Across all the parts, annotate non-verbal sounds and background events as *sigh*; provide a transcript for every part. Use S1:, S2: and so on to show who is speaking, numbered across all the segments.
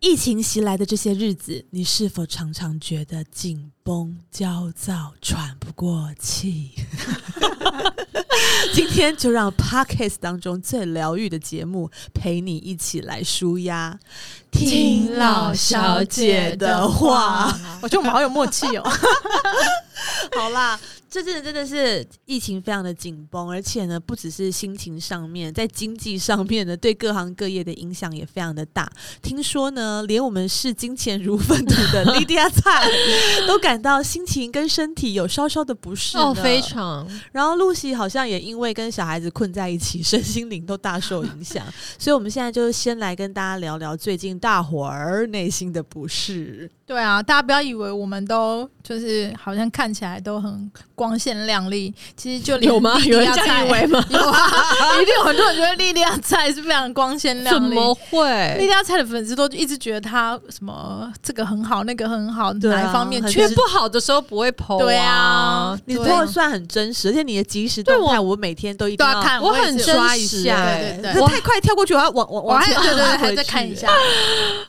S1: 疫情袭来的这些日子，你是否常常觉得紧绷、焦躁、喘不过气？ *laughs* 今天就让 Podcast 当中最疗愈的节目陪你一起来舒压，
S2: 听老小姐的话。
S3: 我觉得我们好有默契哦。
S1: *laughs* 好啦，这阵子真的是疫情非常的紧绷，而且呢，不只是心情上面，在经济上面呢，对各行各业的影响也非常的大。听说呢，连我们视金钱如粪土的
S2: *laughs*
S1: 莉迪亚菜都感到心情跟身体有稍稍的不适
S2: 哦，
S1: 呢
S2: 非常
S1: 然后露西好像也因为跟小孩子困在一起，身心灵都大受影响，所以我们现在就先来跟大家聊聊最近大伙儿内心的不适。
S3: 对啊，大家不要以为我们都就是好像看起来都很光鲜亮丽，其实就连
S2: 有 *laughs* 吗？
S3: 莉
S2: 有人
S3: 莉亚
S2: 这
S3: 菜
S2: 样以为吗？
S3: *laughs* 有啊，一定有很多人觉得莉莉亚菜是非常光鲜
S2: 怎
S3: 亮丽。
S2: 么
S3: 莉莉
S2: 会？
S3: 亚菜的粉丝都一直觉得她什么这个很好，那个很好，
S1: 对啊
S3: 哪一方面
S1: 很
S2: 缺
S3: 缺
S2: 不好的时候不会剖、
S3: 对
S2: 啊
S3: 啊，
S1: 你
S3: 对
S1: 做的算很真实，而且你的即时动态，
S2: 对啊
S1: 我每天都一定
S3: 都
S1: 要
S3: 要看，
S2: 我
S3: 我
S2: 很
S3: 也是
S2: 真
S1: 刷一
S2: 实
S1: 下、
S3: 对对对
S1: 这
S3: 我
S1: 太快跳过去，我要往往
S3: 我
S1: 往
S3: 还
S1: 前
S3: 对对对，
S1: 按回
S3: 还在
S1: 去
S3: 看
S2: 欸
S3: 一下。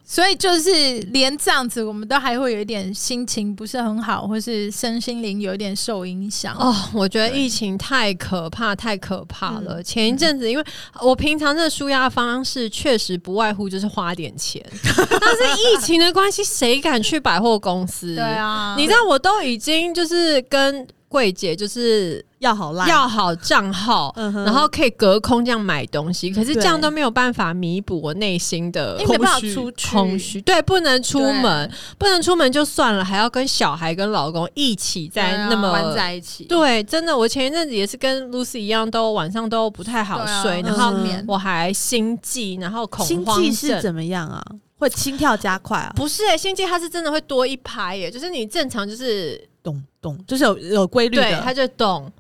S3: 所以就是连这样子，我们都还会有一点心情不是很好，或是身心灵有一点受影响。
S2: 哦，我觉得疫情太可怕，太可怕了。前一阵子，因为我平常的舒压方式确实不外乎就是花点 *laughs* 钱，但是疫情的关系，谁敢去百货公司？
S3: 对，啊，
S2: 你知道我都已经就是跟柜姐就是
S1: 要好烂，
S2: 要好账号，
S1: 嗯哼
S2: 然后可以隔空这样买东西，可是这样
S1: 对
S2: 都没有办法弥补我内心的
S3: 嗯因为没办
S2: 空
S3: 法
S2: 虚
S3: 出去
S2: 空虚，对，不能出门，不能出门就算了，还要跟小孩跟老公一起在那么。
S3: 啊玩在一起，
S2: 对，啊真的，我前一阵子也是跟 Lucy 一样，都晚上都不太好睡，
S3: 对
S2: 然
S3: 啊
S2: 后
S1: 嗯
S2: 我还心悸，然后恐
S1: 心
S2: 慌
S1: 悸
S2: 症。
S1: 是怎么样啊？会心跳加快啊？
S2: 不是、欸、心悸，它是真的会多一拍耶、就是你正常就是
S1: 咚咚，就是有有规律
S2: 对，它
S1: 的
S2: 就懂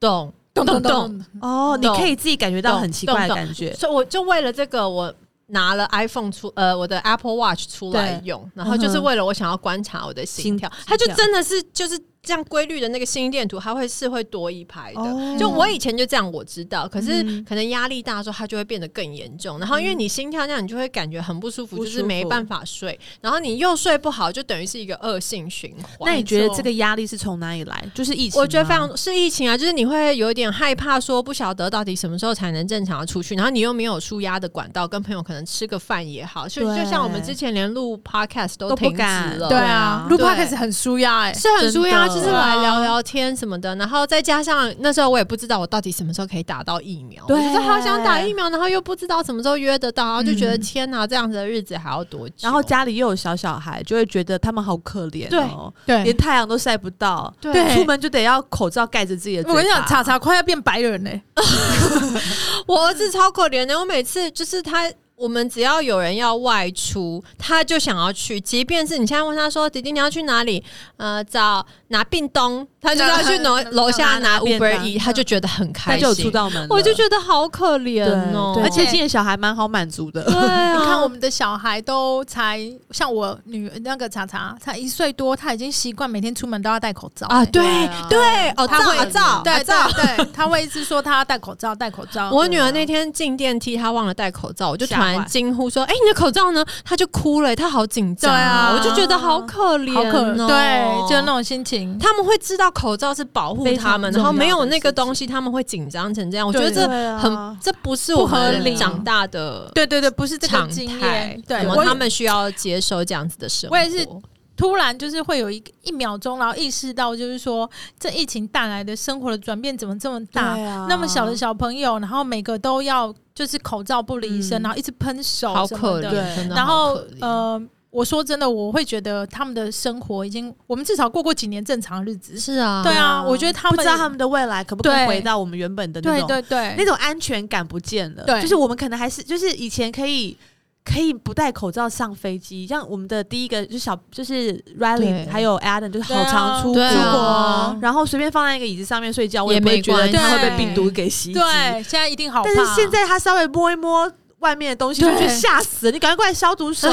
S2: 懂
S3: 咚
S2: 咚
S3: 咚
S2: 咚
S3: 咚，
S1: 哦，你
S2: 懂
S1: 可以自己感觉到
S2: 懂
S1: 很奇怪的
S2: 懂
S1: 感觉。
S2: 所以我就为了这个，我拿了 iPhone 出呃我的 Apple Watch 出来
S1: 对嗯
S2: 用，然后就是为了我想要观察我的心跳
S1: 心，
S2: 它就
S1: 心跳
S2: 真的是就是这样规律的那个心电图，它会是会多一拍的。
S1: 哦
S2: 就我以前就这样，我知道，可是
S1: 嗯
S2: 可能压力大的时候，它就会变得更严重。然后因为你心跳那样，你就会感觉很不舒服，
S1: 不
S2: 就
S1: 舒
S2: 是
S1: 服
S2: 没办法睡，然后你又睡不好，就等于是一个恶性循环。
S1: 那你觉得这
S3: 没
S1: 个压力是从哪里来？就是疫情吗，
S2: 我觉得非常是疫情啊，就是你会有一点害怕，说不晓得到底什么时候才能正常的出去，然后你又没有舒压的管道，跟朋友可能吃个饭也好，就
S1: 对
S2: 就像我们之前连录 podcast 都
S1: 都不
S2: 停止
S1: 敢
S2: 了，
S3: 对啊，录
S2: 对
S3: podcast 很舒压哎，
S2: 是啊很舒压，
S1: 真的啊
S2: 就是来聊聊天什么的，然后再加上那时候我也不知道我到底什么时候可以打到疫苗，
S1: 对
S2: 我就是好想打疫苗，然后又不知道什么时候约得到，然后就觉得
S3: 嗯
S2: 天哪，这样子的日子还要多久？
S1: 然后家里又有小小孩，就会觉得他们好可怜哦，
S3: 对
S1: 连。太阳都晒不到，
S3: 对
S1: 出门就得要口罩盖着自己的嘴
S3: 我
S1: 巴。
S3: 跟你讲，查查快要变白人嘞、欸
S2: 我儿子超可怜的，我每次就是他。我们只要有人要外出，他就想要去。即便是你现在问他说：“弟弟，你要去哪里？”呃，找拿冰东，他就要去
S1: *laughs*
S2: 楼
S3: 找
S2: 楼下拿
S1: 拿便
S2: Uber
S1: 当
S2: E，他就觉得很
S1: 他
S2: 开
S1: 就有
S2: 心。
S1: 出到门了，
S2: 我就觉得好可怜
S1: 对
S2: 哦、
S1: 对
S3: 而且
S1: 最近的小孩蛮好满足的，
S2: 对啊，
S3: 你看我们的小孩都才像我女那个查查才一岁多，她已经习惯每天出门都要戴口罩、
S2: 啊，
S3: 欸
S2: 对
S1: 对啊
S2: 对，哦，
S3: 他
S2: 照
S3: 会
S2: 啊照
S3: 对
S2: 啊照。
S3: 对对，她会一直说她要戴口罩，戴口罩。
S2: 我女儿那天进电梯，她忘了戴口罩，我就突
S1: 吓坏
S2: 然惊呼说：“哎、你的口罩呢？”她就哭了、她好紧张、哦
S3: 对啊
S2: 我就觉得好可怜、
S3: 好可
S2: 哦
S3: 对，就是那种心情。
S2: 他们会知道口罩是保护他
S1: 非常重要
S2: 们，
S1: 的
S2: 然后没有那个东西，他们会紧张成这样。我觉得
S3: 对
S2: 这
S1: 对啊
S2: 很，这不是我
S3: 不合
S2: 们
S3: 理
S2: 长大的
S3: 对对对，不是这个
S2: 常
S3: 经
S2: 态
S3: 验。。对，
S2: 什么
S3: 我
S2: 他们需要接受这样子的生活。
S3: 我也是突然就是会有一一秒钟，然后意识到就是说，这疫情带来的生活的转变怎么这么大？
S1: 对啊
S3: 那么小的小朋友，然后每个都要就是口罩不离身，
S1: 嗯
S3: 然后一直喷手，
S2: 好可怜，
S3: 啊
S1: 对
S2: 真的
S3: 然
S2: 好
S3: 后
S2: 可怜，
S3: 呃，我说真的，我会觉得他们的生活已经，我们至少过过几年正常日子。
S2: 是啊，
S3: 对啊，我觉得他们
S1: 不知道他们的未来可不可以
S3: 对
S1: 回到我们原本的那
S3: 对
S1: 种
S3: 对对
S1: 那种安全感不见了。
S3: 对
S1: 就是我们可能还是就是以前可以。可以不戴口罩上飞机，像我们的第一个就是小就是 Riley
S2: 对
S1: 还有 Adam 就是
S3: 对
S1: 好
S3: 啊
S1: 常出出
S2: 对
S1: 国，
S2: 啊
S1: 然后随便放在一个椅子上面睡觉，我也
S2: 也
S1: 不会
S2: 没
S1: 觉得
S2: 关
S1: 它会
S3: 系啊
S1: 被病毒给袭击。
S3: 对，现在一定好怕。
S1: 但是现在他稍微摸一摸。外面的东西，就觉得
S3: 对
S1: 吓死了。你赶快过来消毒手，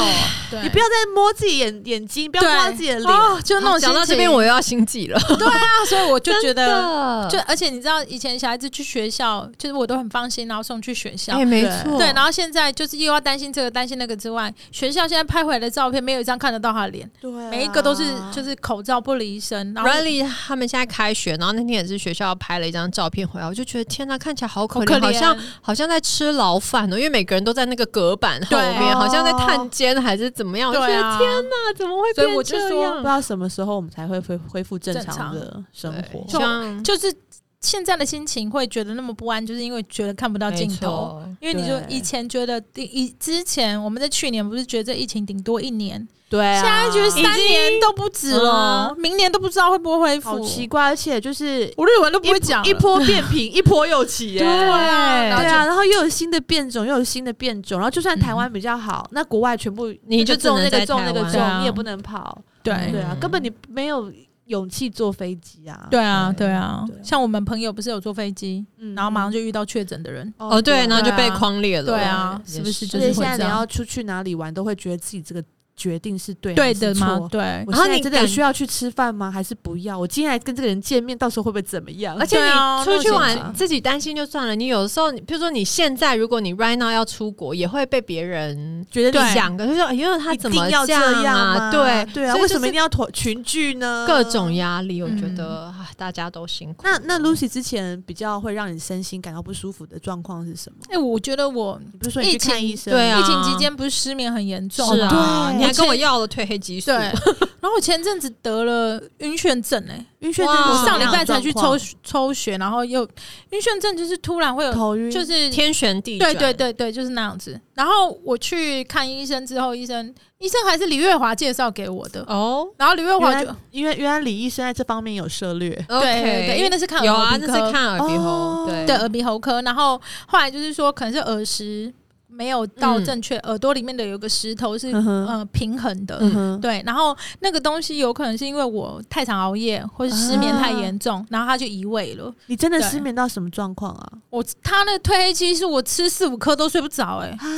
S3: 对
S1: 你不要再摸自己眼眼睛，不要摸到自己的脸。
S3: 哦，就那种
S2: 啊讲到
S3: 心
S2: 这
S3: 情
S2: 边，我又要心悸了，
S3: *laughs* 对啊，所以我 *laughs* 就觉得，就
S2: 就
S3: 而且你知道，以前小孩子去学校，就是我都很放心，然后送去学校。
S2: 哎，没错，
S3: 对，然后现在就是又要担心这个担心那个之外，学校现在拍回来的照片没有一张看得到他的脸，
S1: 对啊
S3: 每一个都是就是口罩不离身，然后
S2: Riley 他们现在开学，然后那天也是学校拍了一张照片回来，我就觉得天呐，看起来好可
S3: 好
S2: 怜，
S3: 可怜，
S2: 好像好像在吃牢饭哦，因为每个人都在那个隔板后
S3: 对
S2: 面，
S1: 哦
S2: 好像在探监还是怎么样，我就觉
S3: 对
S2: 得
S3: 啊，
S1: *laughs*
S2: 天呐，怎么会
S3: 所以
S2: 变
S3: 我就
S2: 这
S3: 说
S1: 不
S2: 样
S1: 知？道什么时候我们才会恢恢复正
S3: 正
S1: 常
S3: 常
S1: 的生活
S2: 对。希望
S3: 就是现在的心情会觉得那么不安，就是因为觉得看不到尽头。，因为你就
S1: 对
S3: 以前觉得第一之前我们在去年不是觉得这疫情顶多一年，
S1: 对啊，
S3: 现在觉得三年都不止了，
S1: 嗯
S3: 明年都不知道会不会恢复
S1: 好。奇怪，而且就是
S3: 我日文都不会讲了，
S1: 一波变平，一波又起耶。
S3: *laughs* 对啊，然后
S1: 对
S3: 就
S1: 啊，然后又有新的变种，又有新的变种，然后就算台
S3: 嗯
S1: 湾比较好，那国外全部那
S2: 你
S1: 个
S2: 就只
S1: 中
S2: 能
S1: 那个
S2: 在
S1: 中
S2: 台
S1: 那个
S2: 湾
S1: 中
S3: 对，啊
S1: 你也不能跑，
S3: 对
S1: 对啊
S2: 嗯，
S1: 根本你没有勇气坐飞机啊。
S3: 对啊，对啊
S1: 对，
S3: 像我们朋友不是有坐飞机，
S1: 嗯，
S3: 然后马上就遇到确诊的人，
S2: 哦对，然后就
S3: 对啊
S2: 被框裂了，
S3: 对啊
S2: 也
S3: 是不是就
S1: 而
S3: 是
S1: 且现
S3: 会
S1: 在
S3: 这
S1: 你
S3: 样
S1: 要出去哪里玩，都会觉得自己这个决定是对
S3: 对
S1: 还是
S3: 的吗
S1: 错？
S3: 对，哎
S1: 我
S2: 然后
S1: 现在
S2: 你
S1: 真的
S2: 感
S1: 需要去吃饭吗？还是不要？我今天来跟这个人见面，到时候会不会怎么样？
S2: 而且
S3: 对啊
S2: 你出去
S3: 那种
S2: 玩
S3: 想法
S2: 自己担心就算了，你有的时候，比如说你现在如果你 right now 要出国，也会被别人
S1: 觉得你
S2: 想个，就说哎呦他
S1: 一
S2: 怎
S1: 定
S2: 么
S1: 要这样
S2: 啊？
S1: 吗
S2: 对
S1: 对啊，
S2: 所以
S1: 为
S2: 就
S1: 什么
S2: 是
S1: 一定要团群聚呢？
S2: 各种压力，我
S3: 嗯
S2: 觉得、啊大家都辛苦。
S1: 那那 Lucy 之前比较会让你身心感到不舒服的状况是什么？
S3: 哎，我觉得我
S1: 你不是说你去
S3: 疫情
S1: 看医生？
S2: 对啊
S3: 疫情期间不是失眠很严重
S2: 是
S3: 吗，
S2: 啊，
S1: 对
S2: 你还跟我
S3: 前
S2: 要了褪黑激素
S3: 对，， *laughs* 然后我前阵子得了晕眩症 *laughs* 哎、
S1: 晕眩症
S2: 哇
S1: 是
S3: 我
S1: 什
S3: 上
S1: 么
S3: 礼
S1: 样
S3: 拜
S1: 的
S3: 才
S1: 状
S3: 去抽
S1: 况
S3: 抽血，然后又晕眩症就是突然会有，
S1: 头晕，
S3: 就是
S2: 天旋地转，
S3: 对对对对，就是那样子。然后我去看医生之后，医生医生还是李月华介绍给我的，
S2: 哦。
S3: 然后李月
S1: 原
S3: 华就
S1: 来因为原来李医生在这方面有涉猎，
S3: 对
S2: OK
S3: 对对，因为那是看
S2: 有
S3: 耳
S2: 啊，
S3: 鼻
S2: 那
S3: 科
S2: 是看耳鼻
S1: 哦
S2: 喉，对
S3: 对耳鼻喉科，然后后来就是说可能是耳石没有到
S2: 嗯
S3: 正确，耳朵里面的有个石头是、
S1: 嗯哼
S3: 呃平衡的，
S1: 嗯哼，
S3: 对，然后那个东西有可能是因为我太常熬夜或者失眠太
S1: 啊
S3: 严重，然后它就移位了。
S1: 你真的
S3: 对
S1: 失眠到什么状况啊？
S3: 我它那个褪黑激素，我吃四五颗都睡不着、欸，
S1: 啊，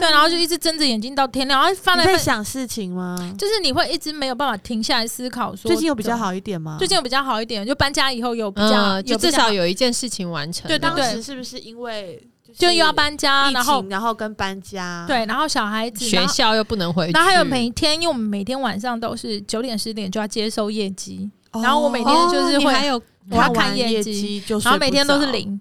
S3: 对，然后就一直睁着眼睛到天亮，然后翻
S1: 你
S3: 来
S1: 在
S3: 翻，
S1: 想事情吗？
S3: 就是你会一直没有办法停下来思考说。
S1: 最近有比较，好一点吗？
S3: 最近有比较好一点，就搬家以后有比较，
S2: 嗯，就
S3: 有比
S2: 至
S3: 较好
S2: 少有一件事情完成了。
S3: 对
S1: 当
S3: 对
S1: 时是不是因为就是
S3: 就又要搬家，
S1: 疫
S3: 然后
S1: 情，啊然后跟搬家，，
S3: 对，然后小孩子，
S2: 学
S3: 然后
S2: 校又不能回去，
S3: 然后还有每天，因为我们每天晚上都是九点十点就要接收业绩，然后我每天
S2: 哦
S3: 就是
S2: 你
S3: 会
S2: 还有
S3: 我要
S1: 看
S3: 看
S1: 完
S3: 业
S1: 业
S3: 绩
S1: 绩就
S3: 然后
S1: 睡
S3: 每
S1: 不
S3: 天都是
S1: 着，
S3: 零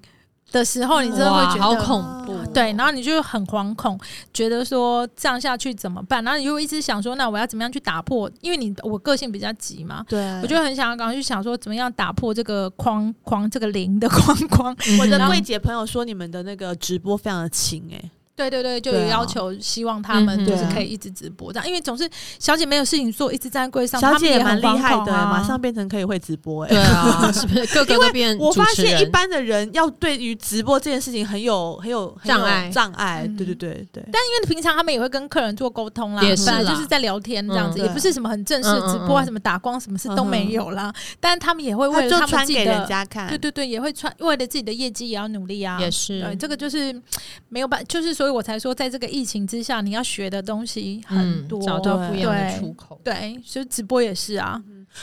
S3: 的时候，你真的会
S2: 哇
S3: 觉得
S2: 好恐怖，
S3: 对，然后你就很惶恐，觉得说这样下去怎么办？然后你就一直想说，那我要怎么样去打破？因为你我个性比较急嘛，
S1: 对，
S3: 我就很想要赶快去想说，怎么样打破这个框框，这个零的 *laughs* 框框。
S1: 我的
S2: 嗯
S1: 柜姐朋友说你们的那个直播非常的勤哎、
S3: 对对对，就
S1: 对
S3: 有
S1: 啊
S3: 要求，希望他们
S2: 嗯
S3: 就是
S1: 对啊
S3: 可以一直直播这样，因为总是小姐没有事情做，一直站在柜上，
S1: 小
S3: 她们
S1: 姐也蛮
S3: 很
S1: 厉害的、欸
S3: 惶恐啊
S1: 马上变成可以会直播哎、
S2: 对啊，是不是各个都变
S1: 我
S2: 主
S1: 发
S2: 持
S1: 现一
S2: 人？
S1: 般的人要对于直播这件事情很有很有很有
S2: 障碍
S1: 障碍，
S3: 嗯
S1: 对对对对。
S3: 但因为平常他们也会跟客人做沟通啦，
S2: 也是
S3: 本来
S2: 啦
S3: 就是在聊天这样子，
S1: 嗯
S3: 也不是什么很正式的直
S2: 嗯
S3: 播
S2: 嗯
S3: 啊，
S2: 嗯
S3: 什么打光什么事都没有啦。但他们也会为
S1: 他
S3: 了他
S1: 就
S3: 们
S1: 穿
S3: 自己
S1: 给人
S3: 的，
S1: 家看，
S3: 对对对，也会穿，为了自己的业绩也要努力啊。
S2: 也是
S3: 对，这个就是嗯没有办，就是所以我才说，在这个疫情之下，你要学的东西很多。
S2: 嗯，找到不嗯一样的
S3: 对
S2: 出口。
S3: 对，所以直播也是啊，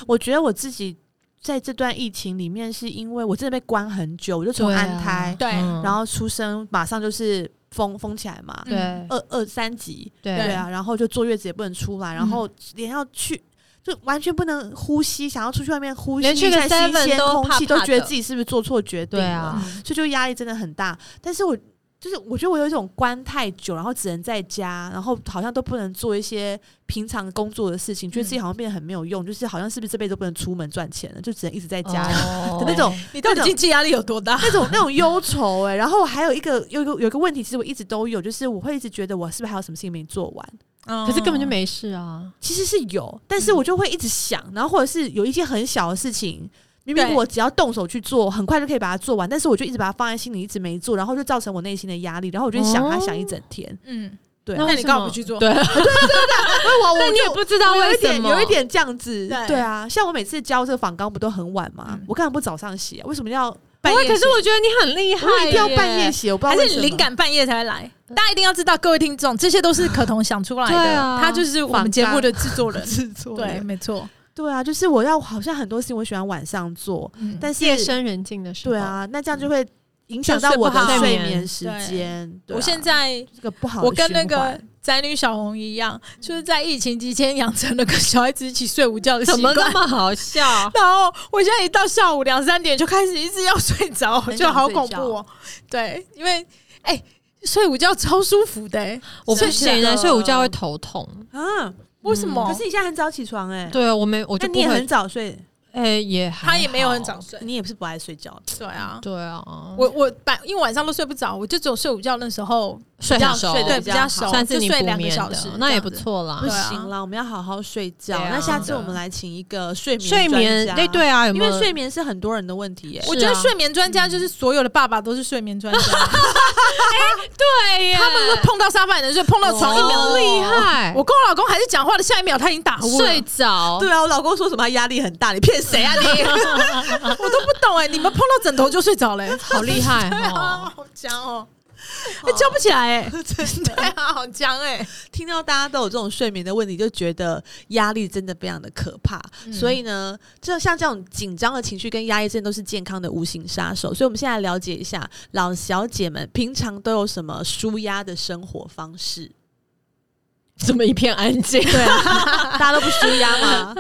S1: 我觉得我自己在这段疫情里面，是因为我真的被关很久，我就从
S2: 对啊
S1: 安胎，
S3: 对
S2: 嗯
S1: 然后出生马上就是封封起来嘛，
S3: 嗯
S2: 对啊
S1: 二二三级，
S2: 对嗯
S1: 对啊，然后就坐月子也不能出来，然后连要去。就完全不能呼吸，想要出去外面呼吸
S2: 连去
S1: 一
S2: 个
S1: 下新
S2: 7-Eleven
S1: 鲜
S2: 都
S1: 空
S2: 怕
S1: 气，都
S2: 怕
S1: 觉得
S2: 的
S1: 自己是不是做错决定
S2: 对
S1: 了，
S2: 啊，
S3: 嗯
S1: 所以就压力真的很大。但是我就是我觉得我有一种关太久，然后只能在家，然后好像都不能做一些平常工作的事情，觉得自己
S2: 嗯
S1: 好像变得很没有用，就是好像是不是这辈子都不能出门赚钱了，就只能一直在家。
S2: 的
S1: 的那种
S3: 你到底
S1: 那种
S3: 经济压力有多大？
S1: 那种那种忧愁哎、然后我还有一个有一个有一个问题，其实我一直都有，就是我会一直觉得我是不是还有什么事情没做完？
S3: 哦
S2: 可是根本就没事啊。
S1: 其实是有，但是我就会一直想，然后或者是有一件很小的事情，明明
S3: 对
S1: 我只要动手去做，很快就可以把它做完，但是我就一直把它放在心里，一直没做，然后就造成我内心的压力，然后我就想它
S2: 哦
S1: 想一整天，
S3: 嗯，
S1: 对啊、
S2: 那
S3: 那
S2: 为
S3: 你
S2: 什
S3: 干嘛
S2: 么
S3: 不去做？
S2: 对，
S1: 那我我
S2: 那你也
S1: 就
S2: 不知道
S1: 我有
S2: 为
S1: 一
S2: 什
S1: 点
S2: 么，
S1: 有一点这样子，
S3: 对
S1: 对啊，像我每次交这个访纲不都很晚吗？
S3: 嗯
S1: 我干嘛不早上写啊、为什么要
S3: 半
S2: 不
S3: 夜
S2: 会，
S3: 写，
S2: 可是我觉得你很厉害
S1: 我一定要
S2: 耶
S1: 半夜写，我不知道
S3: 还
S1: 为
S3: 是
S1: 什
S3: 你
S1: 么
S3: 灵感半夜才会来。大家一定要知道，各位听众，这些都是可彤想出来
S2: 对
S3: 的，
S2: 啊
S3: 他就是我们节目的制作
S2: *laughs*
S3: 人。
S1: 制作
S3: 对，
S1: 人。
S3: 没错。
S1: 对啊，就是我要好像很多事情我喜欢晚上做，
S3: 嗯
S1: 但是
S2: 夜深人静的时候，嗯
S1: 对，啊，那这样就会影响到我
S3: 就
S1: 的
S3: 睡不好
S1: 睡眠时间。对啊
S3: 我现在
S1: 这个不好的
S3: 我
S1: 循环，
S3: 跟那个宅女小红一样，就是在疫情期间养成了跟小孩子一起睡午觉的习
S2: 怎么
S3: 惯。
S2: 那么好笑？
S3: *laughs* 然后我现在一到下午两三点就开始一直要睡着，
S1: 很
S3: *laughs* 就
S1: 想
S3: 好
S1: 睡
S3: 恐怖哦。对，因为哎、睡午觉超舒服的、欸，
S2: 我不
S1: 真的
S2: 行啊，嗯睡午觉会头痛。
S1: 啊，
S3: 为什么？
S1: 可是你现在很早起床哎，
S2: 对啊，我没，我
S1: 那
S2: 就
S1: 你
S2: 不
S1: 也很
S2: 会，
S1: 早睡，
S2: 哎、也还
S3: 他也没有
S2: 好
S3: 很早，睡，
S1: 你也不是不爱睡觉的。
S3: 嗯对啊。
S2: 对啊，
S3: 我我晚因为晚上都睡不着，我就只有睡午觉那时候
S2: 睡
S1: 比较
S2: 很熟，
S1: 睡得
S3: 对
S1: 比
S3: 比
S1: 较
S3: 较
S1: 好
S3: 熟，
S2: 算是
S3: 就
S2: 你
S3: 睡
S2: 不
S3: 两个
S2: 眠
S3: 小
S2: 的
S3: 时，，
S2: 那也
S3: 这
S2: 不
S3: 样子。
S2: 错啦
S1: 不
S3: 对。啊
S1: 行啦，我们要好好睡觉。
S2: 对啊
S1: 那下次我们来请一个睡眠
S2: 睡眠
S1: 专家
S2: 哎，对啊，有
S1: 因
S2: 没有
S1: 为睡眠是很多人的问题欸耶。
S2: 是
S3: 我觉得
S2: 啊
S3: 睡眠专家就是所有的爸爸都是睡眠 *laughs* 专家，哎
S2: 对耶，
S3: 他们会碰到沙发也能睡，碰到床一秒
S2: 哦厉。害，
S3: 我跟我老公还是讲话的下一秒他已经打呼了，
S2: 睡
S1: *laughs*
S2: 着，
S1: 对啊，我老公说什么他压力很大，你骗谁
S2: *laughs*
S1: 啊你？ *laughs*
S3: 我都不懂哎、你们碰到枕头就睡着嘞、
S2: 好厉害
S3: 对啊，
S2: 哦。
S3: 好僵 *laughs* 哦、欸，叫不起来哎、
S1: 真
S3: 对啊，好僵哎、
S1: 听到大家都有这种睡眠的问题，就觉得压力真的非常的可怕。
S3: 嗯
S1: 所以呢，这像这种紧张的情绪跟压抑症都是健康的无形杀手。所以我们现在了解一下老小姐们平常都有什么舒压的生活方式。
S2: *laughs* 这么一片安静，
S1: 对、 *laughs* 啊，大家都不舒压吗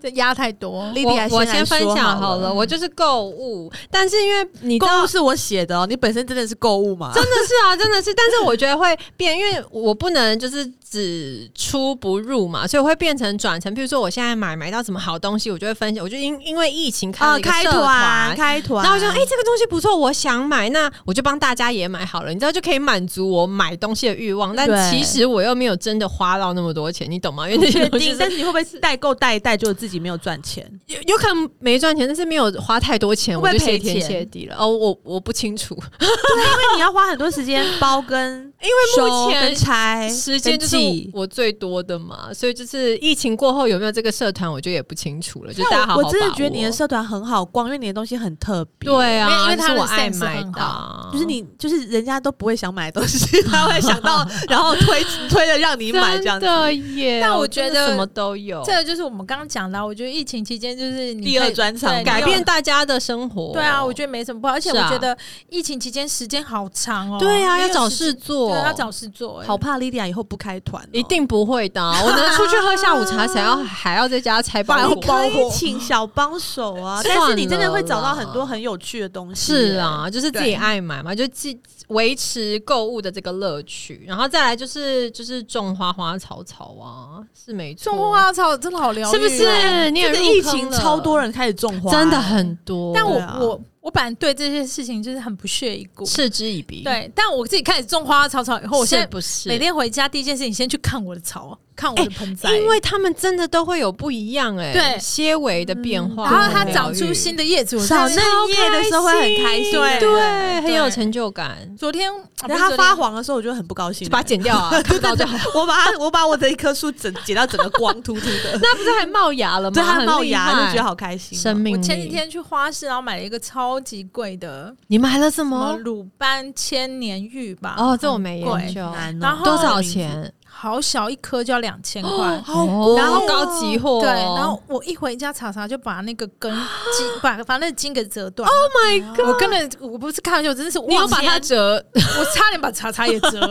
S3: 这压太多，
S1: l i
S2: *laughs* 我我先分享
S1: 好
S2: 好了，我就是购物，但是因为你知道
S1: 购物是我写的哦，你本身真的是购物吗？
S2: 真的是啊，真的是，但是我觉得会变，因为我不能就是只出不入嘛，所以会变成转成，比如说我现在买买到什么好东西，我就会分享。我就因因为疫情开
S1: 啊、
S2: 了一个
S1: 开
S2: 社
S1: 团，开团，
S2: 然后我就
S1: *laughs*
S2: 哎、诶这个东西不错，我想买，那我就帮大家也买好了，你知道就可以满足我买东西的欲望。但
S1: 对
S2: 其实我又没有真的花到那么多钱，你懂吗？因
S1: 不
S2: 为那些
S1: 确
S2: 东西
S1: 定，但
S2: 是
S1: 是你会不会代购带一带，就自己没有赚钱？
S2: 有有可能没赚钱，但是没有花太多钱，
S1: 会不会
S2: 我就谢
S1: 赔
S2: 天
S1: 钱
S2: 谢地了。哦，我我不
S1: *laughs*
S2: 清楚，
S1: 因为你要花很多时间包跟
S2: 因为
S1: 收
S2: 目前
S1: 跟拆
S2: 时间就是
S1: 哎跟寄
S2: 我最多的嘛，所以就是疫情过后有没有这个社团，我就也不清楚了。就大家好好
S1: 我真的
S2: 把
S1: 觉得你的
S2: 握
S1: 社团很好逛，因为你的东西很特别。
S2: 对啊，
S3: 因为因为
S2: 就
S3: 他
S2: 是
S3: 的
S2: 我爱
S3: sense
S2: 买
S3: 很
S2: 的
S3: 好
S2: 啊，
S1: 就是你，就是人家都不会想买的东西， *laughs* 他会想到，然后推推着让你买这样
S2: 真
S1: 子。
S2: 的耶。
S3: 但我
S2: 我
S3: 觉
S2: 真的
S3: 得
S2: 什么都有，
S3: 这个就是我们刚刚讲的啊，我觉得疫情期间就是你
S1: 第
S3: 可
S1: 二
S3: 以
S1: 专场
S3: 对
S2: 改
S3: 你
S2: 变
S3: 有
S2: 大家的生活。
S3: 对啊，我觉得没什么不好，而且我
S2: 是啊
S3: 觉得疫情期间时间好长哦，
S2: 对啊，
S3: 没有
S2: 要找
S3: 时
S2: 事做，
S3: 对要找事做、哎
S1: 好怕 Lydia 以后不开团哦、
S2: 一定不会的啊。我能出去喝下午茶，谁要还要在家
S3: *laughs*
S2: 拆包
S1: 你
S2: 裹？
S1: 可
S2: *laughs*
S1: 以请小帮手啊，
S2: 算
S1: 但
S2: 了
S1: 是你真的会找到很多很有趣的东西、
S2: 是，啊，就是自
S1: 对
S2: 己爱买嘛，就自维持购物的这个乐趣，然后再来就是就是种花花草草啊，是没错，
S3: 种花草啊真的好疗愈、
S2: 是不是？？你也
S1: 啊这
S2: 入
S1: 个
S2: 坑
S1: 疫情
S2: 了
S1: 超多，人开始种花、
S2: 真的很多，
S3: 但我、
S1: 对啊
S3: 我我本来对这些事情就是很不屑一顾，
S2: 嗤之以鼻。，
S3: 对，但我自己开始种花花草草以后，我现
S2: 是
S3: 在
S2: 不是？
S3: 每天回家第一件事情先去看我的草，啊看我的盆栽，
S2: 哎因为他们真的都会有不一样哎、
S3: 对嗯
S2: 些微的变化，
S3: 然后它
S2: 很疗愈
S3: 长出新的叶子，我
S1: 少
S3: 真的是
S1: 嫩叶的时候会很开心，
S3: 超开心
S2: 对，很有
S3: 对
S2: 成就感。
S3: 昨天，
S1: 等它发，黄的时候，我就很不高兴了，
S2: 就把它剪掉啊，看不到就好。，
S1: 我把它，我把我的一棵树整剪到整个光秃秃的
S2: *laughs* 那不是还冒芽了吗？
S1: 对它冒芽
S2: 很厉害
S1: 就觉得好开心哦、
S2: 生
S3: 不是昨天
S2: 命
S3: 我
S2: 力。
S3: 前几天去花市，然后买了一个超级贵的
S2: 你买了什
S3: 什么
S2: 么？
S3: 鲁班千年玉吧，
S2: 哦，这我没研
S3: 很
S2: 究
S3: 贵。
S1: 难哦
S3: 然后
S2: 多少？钱？
S3: 好小一颗就要两千块。
S1: 好
S2: 哦
S1: 然后
S2: 高级货哦，
S3: 对，然后我一回家，查查就把那个根 *gasps* 茎，把把那个茎给折断。
S2: Oh my God！
S3: 我根本我不是开玩笑，我真的是
S2: 你有
S3: 忘
S2: 把它
S3: 记
S2: 折？
S3: *laughs* 我差点把茶茶也
S2: *laughs*
S3: 折了，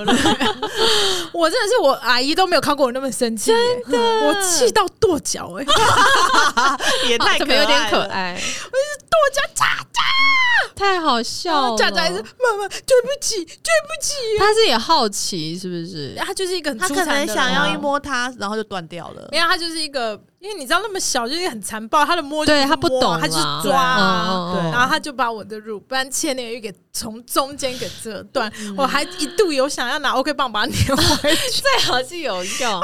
S3: 我真的是我阿姨都没有看过我那么生气耶、我气到跺脚哎、
S1: 也太 *laughs*
S2: 怎
S1: 可
S2: 么
S1: 爱
S2: 有点可
S1: 了。
S2: 爱？
S3: 跺脚炸哦
S2: 太好哦笑了。
S3: 炸炸，妈妈对不起对不起，
S2: 他是也好奇是不是？
S3: 他就是一个很
S1: 他
S3: 出
S1: 可
S3: 彩
S1: 能
S3: 的
S1: 想要
S3: 人
S1: 一摸它，然后就断掉了
S3: 没。有，他就是一个，因为你知道那么小就是一个很残暴，他的摸就是
S2: 对他不
S3: 摸
S2: 懂
S3: 他就是
S2: 啦
S3: 抓、啊。
S2: 嗯
S1: 对
S3: 然后他就把我的乳斑牵连玉给从中间给折断，
S2: 嗯
S3: 我还一度有想要拿 OK 棒把它粘 *laughs* 回去，，
S2: 最好是有用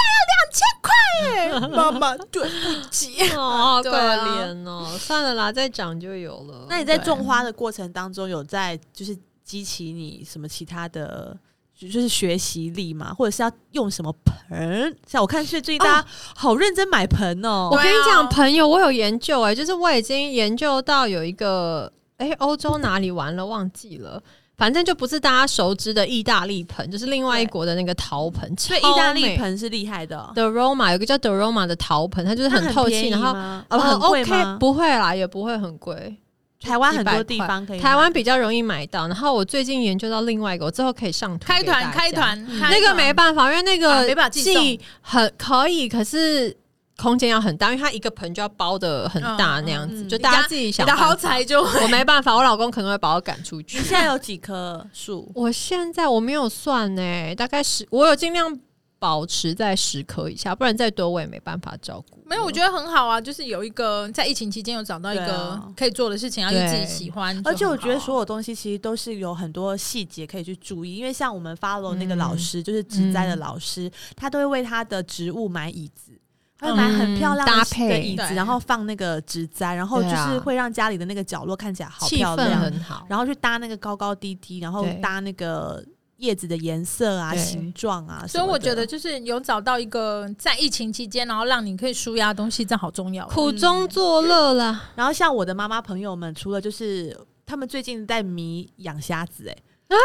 S3: 对常常说那有两千块耶，妈妈对不起。
S2: *laughs* 哦，好可
S3: 对啊
S2: 怜哦。算了啦，再长就有了。
S1: 那你在种花的过程当中，有在就是激起你什么其他的就就是学习力嘛，或者是要用什么盆？像我看是最近大家好认真买盆哦、
S2: 我跟你
S3: 对啊
S2: 讲，朋友，我有研究哎、就是我已经研究到有一个哎，欧、洲哪里玩了忘记了，反正就不是大家熟知的意大利盆，就是另外一
S1: 对
S2: 国的那个陶盆，所
S1: 所以意大利盆是厉害的哦，
S2: 的 Roma 有个叫 The Roma 的陶盆，它就是
S1: 那
S2: 很透
S1: 便
S2: 气，
S1: 宜
S2: 然后
S1: 吗
S2: 呃
S1: 哦很贵
S2: OK，
S1: 吗？
S2: 不会啦，也不会很贵。
S1: 台湾很
S2: 100
S1: 多
S2: 块
S1: 地方可以买，
S2: 台湾比较容易买到，然后我最近研究到另外一个，我之后可以上图
S3: 开
S2: 给大家
S3: 团开，团，
S2: 那个没
S3: 办
S2: 办法，因为那
S3: 啊
S2: 个
S3: 没办法寄送
S2: 寄很可以，可是空间要很大，因为它一个盆就要包的很大
S3: 嗯
S2: 那样子，
S1: 嗯
S2: 就大家自己
S3: 你
S2: 想
S3: 的
S2: 办法。
S3: 豪宅就会
S2: 我没办法，我老公可能会把我赶出去？
S1: 你。现在有几棵树
S2: 我现在我没有算呢、大概十，我有尽量保持在十颗以下，不然再多我也没办法照顾。
S3: 没有，我觉得很好啊，就是有一个在疫情期间有找到一
S1: 对
S3: 个
S1: 啊
S3: 可以做的事情，然后又自己
S2: 对
S3: 喜欢，
S1: 而且我觉得
S2: 啊
S1: 所
S3: 说，
S1: 有东西其实都是有很多细节可以去注意，因为像我们 follow 那个
S2: 嗯
S1: 老师，就是植栽的
S2: 嗯
S1: 老师，他都会为他的植物买椅子，他会买很漂亮
S2: 嗯
S1: 的
S2: 搭
S1: 的
S2: 配
S1: 椅子，
S3: 对
S1: 然后放那个植栽，然后就
S2: 对啊
S1: 是会让家里的那个角落看起来好
S2: 气
S1: 漂
S2: 氛
S1: 亮，
S2: 很好。
S1: 然后去搭那个高高低低，然后
S2: 对
S1: 搭那个叶子的颜色啊、
S2: 对
S1: 形状啊什么的，
S3: 所以我觉得就是有找到一个在疫情期间，然后让你可以舒压的东西，这好重要。
S2: 苦中作
S1: *laughs*
S2: 乐啦，
S1: 然后像我的妈妈朋友们，除了就是他们最近在迷养虾子、欸，哎，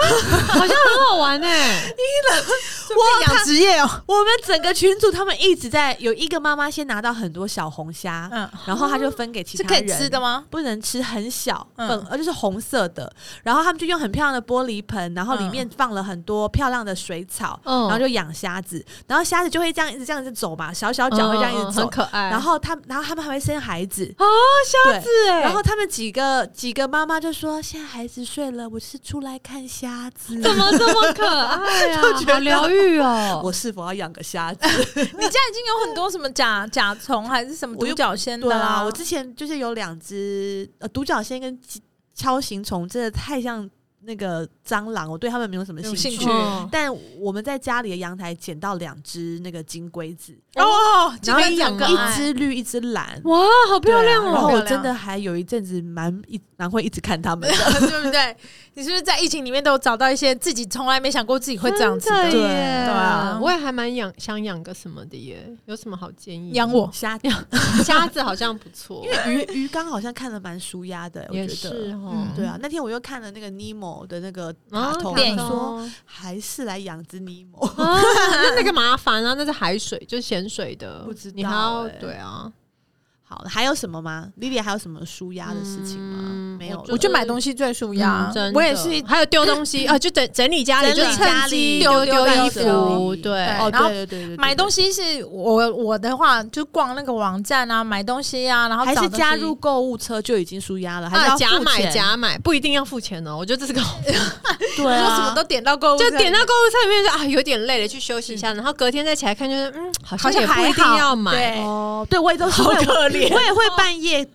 S2: 好像很好玩哎、 *laughs*
S3: 我养职业哦，
S1: 我们整个群组他们一直在有一个妈妈先拿到很多小红虾，
S3: 嗯，
S1: 然后她就分给其
S3: 是
S1: 他
S3: 可
S1: 人
S3: 以吃的。吗？
S1: 不能吃很小
S3: 嗯
S1: 粉，呃、就是红色的。然后他们就用很漂亮的玻璃盆，然后里面放了很多漂亮的水草，
S2: 嗯
S1: 然后就养虾子。然后虾子就会这样一直这样子走嘛，小小脚会这样一直走。
S2: 哦嗯很可爱。
S1: 然后 *laughs* 他，然后他们还会生孩子，
S2: 哦，
S1: 对
S2: 虾子哎，
S1: 然后他们几个几个妈妈就说：“现在孩子睡了，我是出来看虾子。
S2: *laughs* *laughs* 怎么这么可爱呀、
S1: 就觉得
S2: 好疗愈哦！
S1: 我是否要养个虾子？
S3: 你家已经有很多什么甲甲虫还是什么
S1: 我
S3: 独
S1: 又
S3: 角仙的
S1: 对
S3: 啦
S1: 啊，我之前就是有两只呃独角仙跟鸡锹形虫，真的太像那个蟑螂，我对它们没有什么兴
S3: 没有
S1: 趣。
S3: 兴趣
S2: 嗯
S1: 但我们在家里的阳台捡到两只那个金龟子，
S3: 哦，
S1: 然后
S3: 这个
S2: 养
S3: 很可爱
S1: 一只绿，一只蓝。
S2: 哇，好漂亮
S1: 对啊然后
S2: 哦！
S1: 我真的还有一阵子蛮一蛮会一直看它们的，
S3: *laughs* 对不对？你是不是在疫情里面都有找到一些自己从来没想过自己会这样子
S2: 真
S3: 的？
S2: 耶
S1: 对
S3: 对啊
S2: 嗯我也还蛮养想养个什么的耶，有什么好建议？
S3: 养我
S1: 虾
S2: 虾子好像不错，
S1: 鱼鱼缸好像看了蛮舒压的，我觉
S2: 也
S1: 得
S2: 是。哦
S3: 嗯。
S1: 对啊，那天我又看了那个尼莫的那个卡
S2: 啊
S1: 通，
S3: 电影
S1: 他说
S2: 啊，
S1: 还是来养只尼莫。
S2: 哦 *laughs* 那那个麻烦啊，那是海水，就是咸水的，
S1: 不知道
S2: 你还要
S1: 欸
S2: 对啊，
S1: 好，还有什么吗？莉莉还有什么舒压的事情吗？
S2: 嗯
S1: 没有
S2: 我
S1: 了，
S3: 我觉得买东西最舒压
S2: 嗯真，的
S3: 我也是
S2: 还有丢东西啊，就整整理家里，
S1: 整
S2: 就
S1: 理家
S2: 趁
S1: 里
S2: 机
S1: 丢
S2: 丢
S1: 丢
S2: 丢
S1: 垃
S2: 衣
S1: 圾
S2: 服，
S1: 对
S2: 对，
S1: 哦，
S3: 然后
S1: 对对对对对，
S3: 买东西是我我的话，就逛那个网站啊，买东西啊，然后
S1: 还
S3: 找
S1: 是
S3: 东西
S1: 加入购物车就已经舒压了，还是
S2: 啊，
S1: 要
S2: 假
S1: 付
S2: 买
S1: 钱
S2: 假买，不一定要付钱哦。我觉得这是个好，
S1: 对
S3: 我
S1: 啊，
S3: 说什么都点到购物车
S2: 就
S3: 里，
S2: 点到购物车里面就啊，有点累了，去休息一下，然后隔天再起来看，就是嗯，好
S3: 好
S2: 像
S3: 像
S2: 也不
S3: 还
S2: 一定
S3: 好
S2: 要买，
S3: 对
S1: 哦，对我也都是会，
S2: 可怜。
S1: 我也会半夜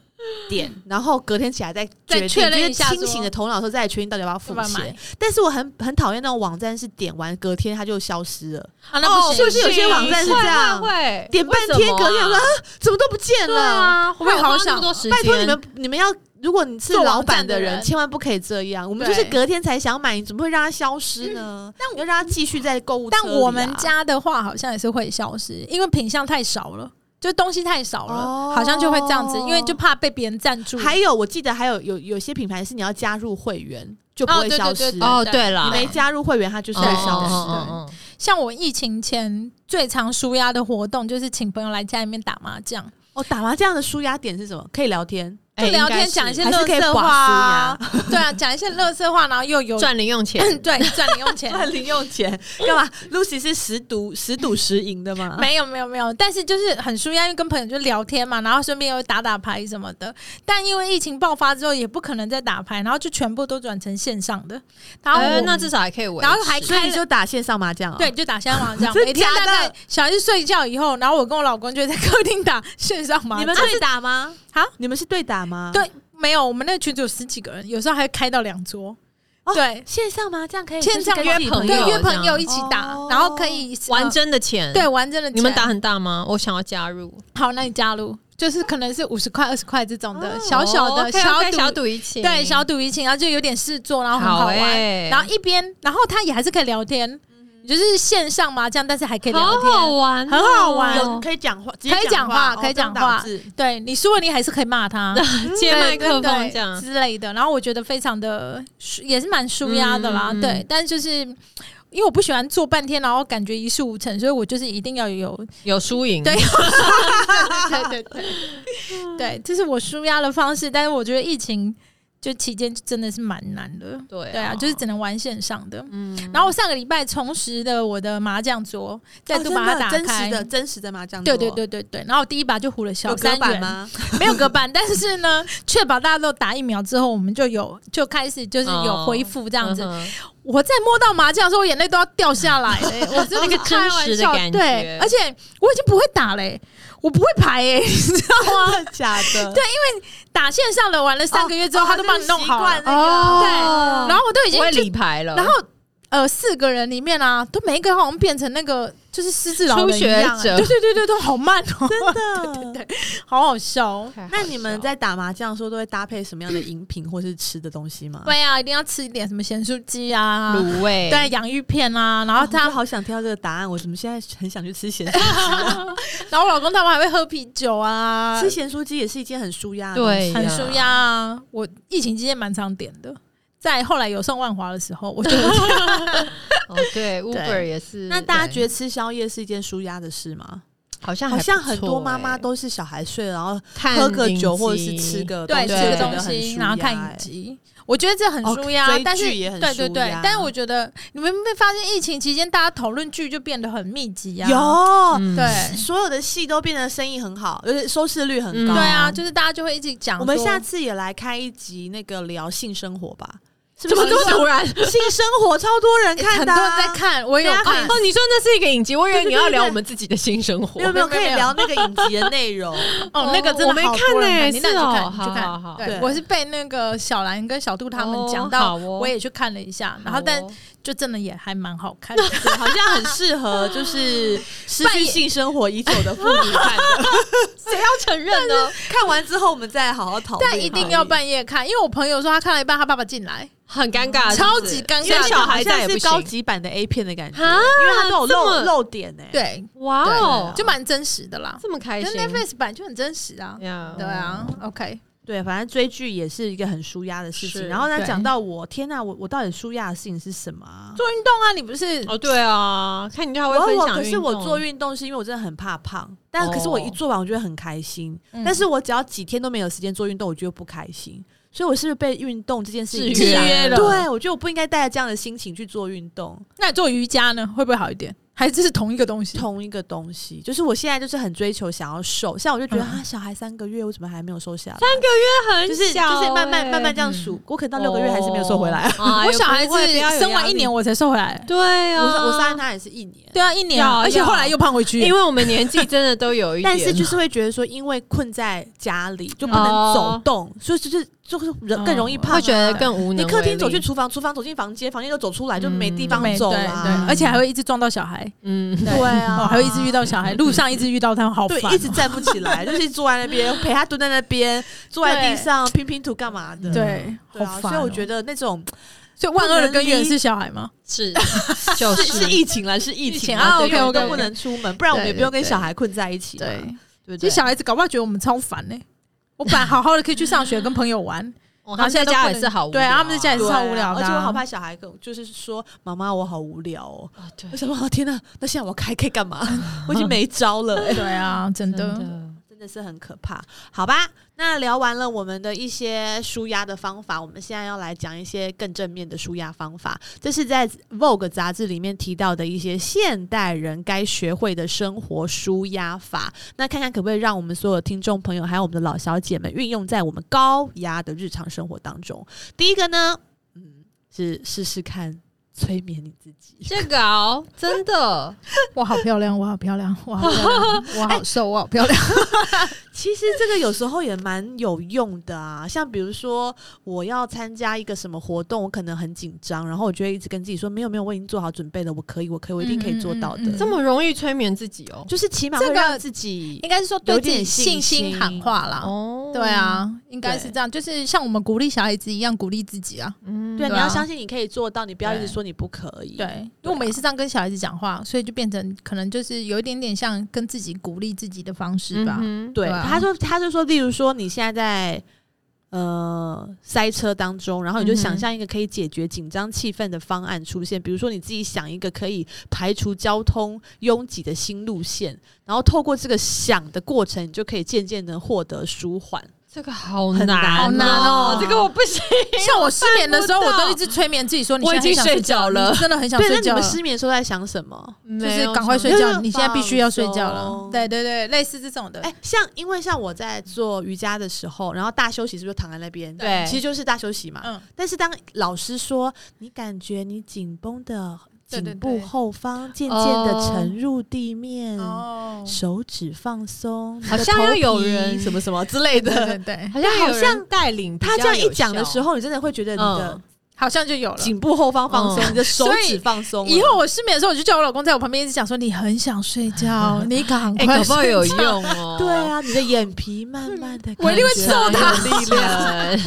S1: 点，然后隔天起来再决
S3: 再
S1: 定
S3: 确认
S1: 就是
S3: 一下
S1: 清
S3: 说
S1: 醒的头脑的时候再来确定到底要不要
S3: 要
S1: 付
S3: 不要买
S1: 钱。但是我很很讨厌那种网站是点完隔天它就消失了，
S3: 啊？那不
S1: 哦
S3: 行，
S1: 是不是有些网站是这样
S2: 会啊会
S1: 点半天隔天我说啊怎么都不见
S2: 对
S1: 了。
S2: 啊，
S3: 我也好
S2: 花那
S3: 想
S2: 么多时间，
S1: 拜托你们，你们要如果你是
S3: 做
S1: 老
S3: 网
S1: 板
S3: 站
S1: 的
S3: 的
S1: 人，
S3: 人
S1: 千万不可以这样。我们就
S3: 对
S1: 是隔天才想买，你怎么会让它消失呢？
S3: 但
S1: *laughs*
S3: 我
S1: 要让它继续在购物车
S3: 但
S1: 里啊、
S3: 我们家的话，好像也是会消失，因为品相太少了，就东西太少了，
S1: 哦
S3: 好像就会这样子，因为就怕被别人占住。
S1: 还有，我记得还有有有些品牌是你要加入会员就不会
S3: 哦对对
S1: 消失。
S3: 对对
S2: 哦，对啦，
S1: 你没加入会员，它就是会消失。
S2: 哦哦哦哦
S3: 像我疫情前最常舒压的活动，就是请朋友来家里面打麻将，
S1: 哦，打麻将的舒压点是什么？可以聊天，
S2: 哎
S3: 就聊
S2: 应该
S3: 天
S2: 是
S3: 讲一些
S1: 还
S3: 乐
S1: 是可以
S3: 色
S1: 寡
S3: 话、啊
S1: 舒，
S3: *laughs* 对啊，讲一些乐色话，然后又有
S2: 赚零用钱，
S3: 对赚零
S1: *laughs*
S3: 用钱， *laughs*
S1: 零用钱干嘛？Lucy 是十赌十赌十赢的吗？
S3: 没有没有没有，但是就是很舒压，因为跟朋友就聊天嘛，然后顺便又打打牌什么的。但因为疫情爆发之后，也不可能再打牌，然后就全部都转成线上的。 *laughs* 然后我、
S1: 呃
S2: 哎，那至少还可以维持，
S3: 然后还
S1: 所以你就打线上麻将啊、
S3: 对，，就打线上麻
S1: *laughs*
S3: 将，
S1: 真
S3: 每天
S1: 假
S3: 大
S1: 的
S3: 概小孩子睡觉以后，然后我跟我老公就在客厅打线上麻
S1: 你
S3: 将
S1: 们。对打吗？
S3: 啊，
S1: 你们是对打吗？，
S3: 对，没有，我们那个群组有十几个人，有时候还会开到两桌。
S1: 哦
S3: 对，
S1: 线上麻将可以
S3: 线上
S1: 就是跟自己
S2: 约朋
S3: 对，
S2: 友
S3: 约
S2: 这
S3: 朋
S2: 样
S3: 友一啊起打，
S1: 哦
S3: 然后可以
S2: 玩
S3: 真，
S2: 真的钱，
S3: 啊对，玩真的。
S2: 你们打很大吗？我想要加入，
S3: 好，那你加入。就是可能是五十块、二十块这种的、
S1: 哦
S3: 小小的、
S2: 小
S3: 小赌
S2: 小赌怡情，
S3: 对小赌怡情，然后就有点事做，然后很
S2: 好
S3: 玩，
S2: 欸
S3: 然后一边，然后他也还是可以聊天，就是线上麻将，但是还可以聊
S2: 好
S3: 天，
S2: 好玩哦，
S3: 很好玩
S1: 有可以讲话，直接
S3: 可以讲话
S1: 话，
S3: 可以讲话
S1: 哦不用打字
S3: 对你输了，你还是可以骂他，
S2: 接
S3: 对
S2: 麦克
S3: 对
S2: 风
S3: 对
S2: 这样。
S3: 之类的。然后我觉得非常的舒也是蛮舒压的啦，
S2: 嗯嗯嗯
S3: 对。但就是因为我不喜欢做半天，然后感觉一事无成，所以我就是一定
S1: *laughs*
S3: 要有
S2: 有输赢，
S3: 对对对对对， *laughs* 对，这是我舒压的方式。但是我觉得疫情就期间真的是蛮难的，
S2: 对
S3: 对啊，就是只能玩线上的。
S2: 嗯，
S1: 哦
S3: 然后我上个礼拜重拾了我的麻将桌，再度
S1: 哦
S3: 把它
S1: 真的真
S3: 打开。
S1: 实的真实的麻将
S3: 对
S1: 桌，
S3: 对对对对，然后我第一把就胡了小
S1: 哦有
S3: 三
S1: 隔板
S3: 元，
S1: 吗？
S3: 没有隔板，但是呢， *laughs* 确保大家都打疫苗之后，我们就有就开始就是有恢复这样子。
S2: 嗯哼
S3: 我在摸到麻将的时候，我眼泪都要掉下
S2: *laughs*
S3: 来了、我真的
S2: 那
S3: 是
S2: 个
S3: 开玩笑
S2: 真实的感觉
S3: 对，而且我已经不会打嘞、我不会排哎、 *laughs* 你知道吗？
S1: 真的 *laughs* 假
S3: *laughs*
S1: 的？对，
S3: 打线上的玩了三个月之后，
S1: 哦
S3: 他都帮你弄好了
S1: 哦，哦
S3: 对，然后我都
S2: 不
S3: 已经
S2: 会
S3: 就
S2: 理牌了，
S3: 然后呃四个人里面啊，都每一个好像变成那个就是失智老
S2: 初
S3: 人一
S2: 学
S3: 样、啊
S2: 者
S3: 对对对对，都好慢
S2: *laughs*
S3: 哦、
S1: 真的。
S3: 好好笑哦、
S2: 太好
S1: *laughs* 那你们
S2: 笑了
S1: 在打麻将的时候都会搭配什么样的饮品或是吃的东西吗？
S3: 对啊，一定要吃一点什么咸酥鸡啊，
S2: 卤味，
S3: 对，洋芋片啊，然后
S1: 哦，他
S3: 他，
S1: 好想挑这个答案，我怎么现在很想去吃咸
S3: *laughs* 然后我老公他们还会喝啤酒啊，
S1: 吃咸酥鸡也是一件很舒压的东
S2: 对
S1: 西，
S2: 呀
S3: 很舒压啊。我疫情期间蛮常点的，在后来有送万华的时候，我
S1: *laughs*
S3: 就有点
S2: 哦对，Uber 也是。
S1: 那大家觉
S2: 得
S1: 得吃宵夜是一件舒压的事吗？
S2: 好像
S1: 好
S2: 还
S1: 像
S2: 不错
S1: 很多妈妈
S2: 欸
S1: 都是小孩睡了，然后
S2: 看
S1: 喝个
S2: 影
S1: 酒或者
S2: 集
S1: 是吃个
S3: 对
S1: 东西就觉
S3: 吃个
S1: 得
S3: 东
S1: 很
S3: 西，
S1: 舒
S3: 然后
S1: 压
S3: 看
S1: 欸
S3: 影集，我觉得这很
S1: 哦
S3: 舒压
S1: 追，
S3: 但是
S1: 剧也很
S3: 对对
S1: 舒
S3: 对
S1: 压，
S3: 但是我觉得你们有没有发现疫情期间大家讨论剧就变得很密集啊？
S1: 有
S2: 嗯
S3: 对
S1: 所有的戏都变得生意很好，而且收视率很
S2: 嗯
S1: 高。
S3: 对啊，就是大家就会一直讲说。
S1: 我们下次也来开一集那个聊性生活
S3: *laughs*
S1: 吧，是不
S2: 怎么
S1: 是？
S2: 这么突
S1: *laughs*
S2: 然？
S1: 性生活超多人看
S3: *laughs* 很
S1: 的
S3: 多
S1: 啊、
S3: 人在看，我有
S1: 对啊
S3: 看
S1: 很
S2: 哦，你说那是一个影集，我以为你要
S1: 对对对
S2: 聊
S1: 对哦
S2: 我们自己的新生活
S1: 没。有没有，
S3: 没
S1: 可
S3: 有
S1: 以
S3: 没有
S1: 聊那个影集的内
S3: *laughs*
S1: 容。
S3: 哦，那个真的
S2: 我没
S3: 好
S2: 看
S3: 多人
S2: 欸
S3: 你那你
S2: 是
S3: 去
S2: 哦
S3: 看，你
S2: 好
S3: 去
S2: 好
S3: 看
S2: 好。
S1: 对
S3: 对，啊我是被那个小兰跟小杜他们讲到，
S2: 哦好哦
S3: 我也去看了一下，然后但就真的也还蛮好看的。
S1: 对好像很适合就是失去性生活已久的妇女
S3: *laughs*
S1: 看的。
S2: *laughs* 谁要承认呢？
S1: 看完之后，我们再好好讨论。
S3: 但一定要半夜看，因为我朋友说他看了一半，他爸爸进来，
S2: 很尴尬，是不是
S3: 超级尴尬
S2: 因为小孩在
S1: 在
S2: 也不
S1: 是
S2: 行
S1: 高级版的 A 片的感觉，因
S2: 啊
S1: 为它都有
S2: 这么
S1: 露露点呢、欸。
S3: 对，
S2: 哇哦，
S3: 就蛮真实的啦。
S2: 这么开
S3: 跟
S2: 心
S3: Netflix 版就很真实啊，
S2: 呀
S3: 对啊，OK，
S1: 对，反正追剧也是一个很舒压的事
S2: 是
S1: 情。然后呢，
S3: 对
S1: 讲到我天呐，我我到底舒压的事情是什么啊？
S3: 做运动啊，你不是
S2: 哦，对啊，看你就还会
S1: 我
S2: 分
S1: 我
S2: 享
S1: 可是
S2: 运
S1: 我
S2: 动
S1: 做运动是因为我真的很怕胖，但
S2: 哦
S1: 可是我一做完我就会很开心，
S3: 嗯
S1: 但是我只要几天都没有时间做运动，我就不开心。所以我是不是被运动这件事情
S2: 制约了
S1: 对，我觉得我不应该带着这样的心情去做运动。
S3: 那你做瑜伽呢，会不会好一点？还是这是同一个东西？
S1: 同一个东西，就是我现在就是很追求想要瘦，像我就觉得、啊，
S3: 嗯
S1: 小孩三个月我怎么还没有瘦下来？
S2: 很
S1: 就是
S2: 小
S1: 就是慢慢
S2: 欸
S1: 慢慢这样数，我可能到六个月还是没有瘦回来。啊
S2: 哦哎
S1: *laughs*
S3: 我
S2: 呦
S3: 小孩
S2: 不会不要
S3: 子
S2: 有
S3: 生
S2: 压
S3: 完
S2: 力
S3: 一年我才瘦回来，
S2: 对啊，
S1: 我我杀他也是一年，
S3: 对啊，一年啊，
S2: 要
S3: 而且
S2: 要
S3: 后来又胖回
S2: *laughs*
S3: 去，
S2: 因为我们年纪真的都有一点，
S1: 但是就是会觉得说，因为困在家里就不能
S2: 哦
S1: 走动，所以就是就是人更
S3: 哦
S1: 容易胖啊、
S2: 会觉得更无能为
S1: 你
S2: 力。
S1: 客厅走去厨房，厨房走进房间，房间又走出来，就没地方
S3: 没
S1: 走
S3: 对
S1: 啦。
S3: 对，而且还会一直撞到小孩，
S2: 嗯，
S1: 对啊，
S3: *laughs* 哦，还会一直遇到小孩，路上一直遇到他，好烦
S1: 对，
S3: 哦。
S1: 一直站不起来，就是坐在那边陪他蹲在那边，坐在地上拼拼图干嘛的？
S3: 对，嗯好
S1: 对啊，
S3: 烦。
S1: 所
S3: 哦
S1: 以我觉
S3: 得，
S1: 得那种
S3: 所以万恶的根源是小孩吗？
S2: 是就是
S1: 是疫情啦，是疫
S3: 疫情
S1: 情
S3: 啊
S1: 对
S3: OK，OK，
S1: 我们
S3: OK，
S1: 都不能出门，不然我们也
S3: 对
S1: 不用跟
S3: 对啊
S1: 小孩困在一起嘛。对不
S3: 其
S1: 对
S3: 实小孩子搞不好觉得我们超烦呢。我本来好好的可以去上 *laughs* 学，跟朋友玩，
S2: 哦
S3: 然后
S2: 他们在
S3: 现在都
S2: 家
S3: 不
S2: 也
S3: 能
S2: 是好无
S3: 对
S2: 聊
S3: 他们在家也是
S1: 对
S3: 超
S1: 啊
S3: 无聊的
S1: 而
S3: 啊
S1: 且我好怕小孩跟我就是说：“妈妈，我好无聊哦。
S2: 哦”对
S1: 我，想说：“ *laughs* 天哪，那现在我开可以干嘛？ *laughs* 我已经没招了。”
S3: 对啊，真
S2: 真
S3: 的。
S2: 的
S1: 真的是很可怕，好吧？那聊完了我们的一些舒压的方法，我们现在要来讲一些更正面的舒压方法。这是在《Vogue》杂志里面提到的一些现代人该学会的生活舒压法。那看看可不可以让我们所有听众朋友还有我们的老小姐们运用在我们高压的日常生活当中。第一个呢，嗯，是试试看催眠你自己。
S2: 这个哦，真的，
S3: *laughs* 哎我好漂亮，我好漂亮，我好漂亮，我好瘦，我好漂亮。
S1: 其实这个有时候也蛮有用的啊，像比如说我要参加一个什么活动，我可能很紧张，然后我就会一直跟自己说，没有没有，我已经做好准备了，我可以，我可以，我一定可以做到的。
S3: 嗯嗯嗯嗯
S2: 这么容易催眠自己哦。
S1: 就是起码
S3: 这
S1: 会
S3: 个
S1: 让自己
S3: 应该是说对
S1: 有
S3: 自己
S1: 点
S3: 信
S1: 信
S3: 心
S1: 心
S3: 喊话啦。
S2: 哦
S3: 对，啊，应该是
S1: 对
S3: 这样，就是像我们鼓励小孩子一样鼓励自己啊。
S2: 嗯
S1: 对，
S3: 对
S1: 你
S3: 啊
S1: 要相信你可以做到，你不要一直
S3: 对
S1: 说你不可以。
S3: 对，因为我们也是这样跟小孩子讲话，所以就变成可能就是有一点点像跟自己鼓励自己的方式吧。
S2: 嗯哼
S1: 对，
S3: 对啊
S1: 他说他就说，例如说你现在在呃塞车当中，然后你就
S2: 嗯哼
S1: 想象一个可以解决紧张气氛的方案出现，比如说你自己想一个可以排除交通拥挤的新路线，然后透过这个想的过程，你就可以渐渐的获得舒缓。
S2: 这个好
S1: 很
S2: 难，啊
S1: 难啊
S3: 好难哦
S2: 这个我不行，
S3: *laughs* 像我失眠的时候，
S2: 我
S3: 我
S2: 办不到
S3: 都一直催眠自己说：“你
S2: 我已
S3: 现在
S2: 经
S3: 很想
S2: 睡着了
S3: 你真的很想
S1: 对，那
S3: 睡
S1: 你
S3: 觉
S1: 们
S3: 了。
S1: 失眠的时候在想什么？
S3: 就是赶快睡
S1: 没有
S3: 觉，
S1: 想
S3: 你现在必须要睡觉
S1: 放
S3: 了。
S1: 松
S3: 对对对，类似这种的。
S1: 哎、像因为像我在做瑜伽的时候，然后大休息是不是就躺在那边？
S2: 对
S1: 其实就是大休息嘛。
S3: 嗯，
S1: 但是当老师说你感觉你紧绷的
S3: 对对
S1: 颈部
S3: 对
S1: 后方渐渐的沉入地面，
S3: 哦，
S1: 手指放松，
S2: 好像要有人
S1: 你的头皮什么什么之类
S3: 对对
S1: 的。
S3: 对，
S2: 好像
S1: 好
S2: 有
S1: 像
S2: 人带领比较
S1: *laughs* 他
S2: 有效，
S1: 这样一讲的时候，你真的会觉得你的
S2: 嗯
S3: 好像就有了。
S1: 颈部后方放松，
S2: 嗯
S1: 你的手
S3: 所以
S1: 指放松了。
S3: 以后我失眠的时候，我就叫我老公在我旁边一直讲说：“你很想睡觉，你赶
S2: 哎，
S3: 快
S2: 搞不好
S3: 睡觉。
S2: 有用哦。
S1: 对啊，你的眼皮慢慢的，
S3: 我一定会揍他
S1: 力量，
S2: 量，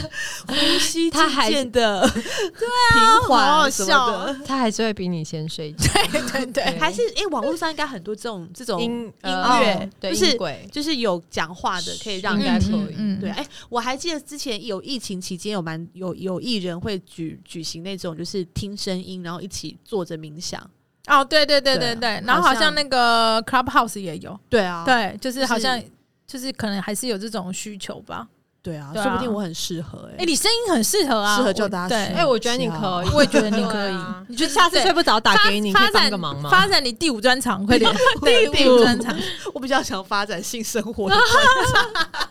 S1: 呼吸
S2: 他还
S1: 渐渐的，对啊，平
S3: 好好
S1: 缓什
S3: 笑
S1: 么的。
S2: 他还是会比你先睡觉。
S3: *laughs* 对对对，
S1: 还是哎，网络上应该很多这种这种
S2: 音
S1: *laughs* 音
S2: 呃
S1: 乐
S2: 对
S1: 就是
S2: 音轨
S1: 就是有讲话的，可以让
S2: 应该
S1: 人
S2: 可
S3: 嗯
S2: 以
S3: 嗯嗯
S1: 对，哎、我还记得之前有疫情期间，有蛮有有艺人会举举行那种就是听声音，然后一起坐着冥想。
S3: 哦，对对对
S1: 对
S3: 对
S1: 啊
S3: 对，然后
S1: 好
S3: 好
S1: 像
S3: 像那个 Clubhouse 也有，
S1: 对啊对
S3: 对，就是好像就是可能还是有这种需求吧。
S1: 对啊，
S3: 对啊
S1: 说不定我很适合哎、
S3: 哎，你声音很适合啊，
S1: 适合
S3: 我
S1: 叫大家
S3: 对
S1: 睡
S2: 哎，我觉得你
S1: 啊
S2: 可以，
S3: 我也觉得你可
S2: 对
S3: 以
S2: 啊，
S3: 你就
S2: 下次睡不着打给你，你可
S3: 发
S2: 以
S3: 发
S2: 帮
S3: 展
S2: 个忙吗？
S3: 发展你第五专场，
S1: *laughs*
S3: 快点第
S1: 第五
S3: 五专场。
S1: *laughs* 我比较想发展性生 *laughs* 活的专长。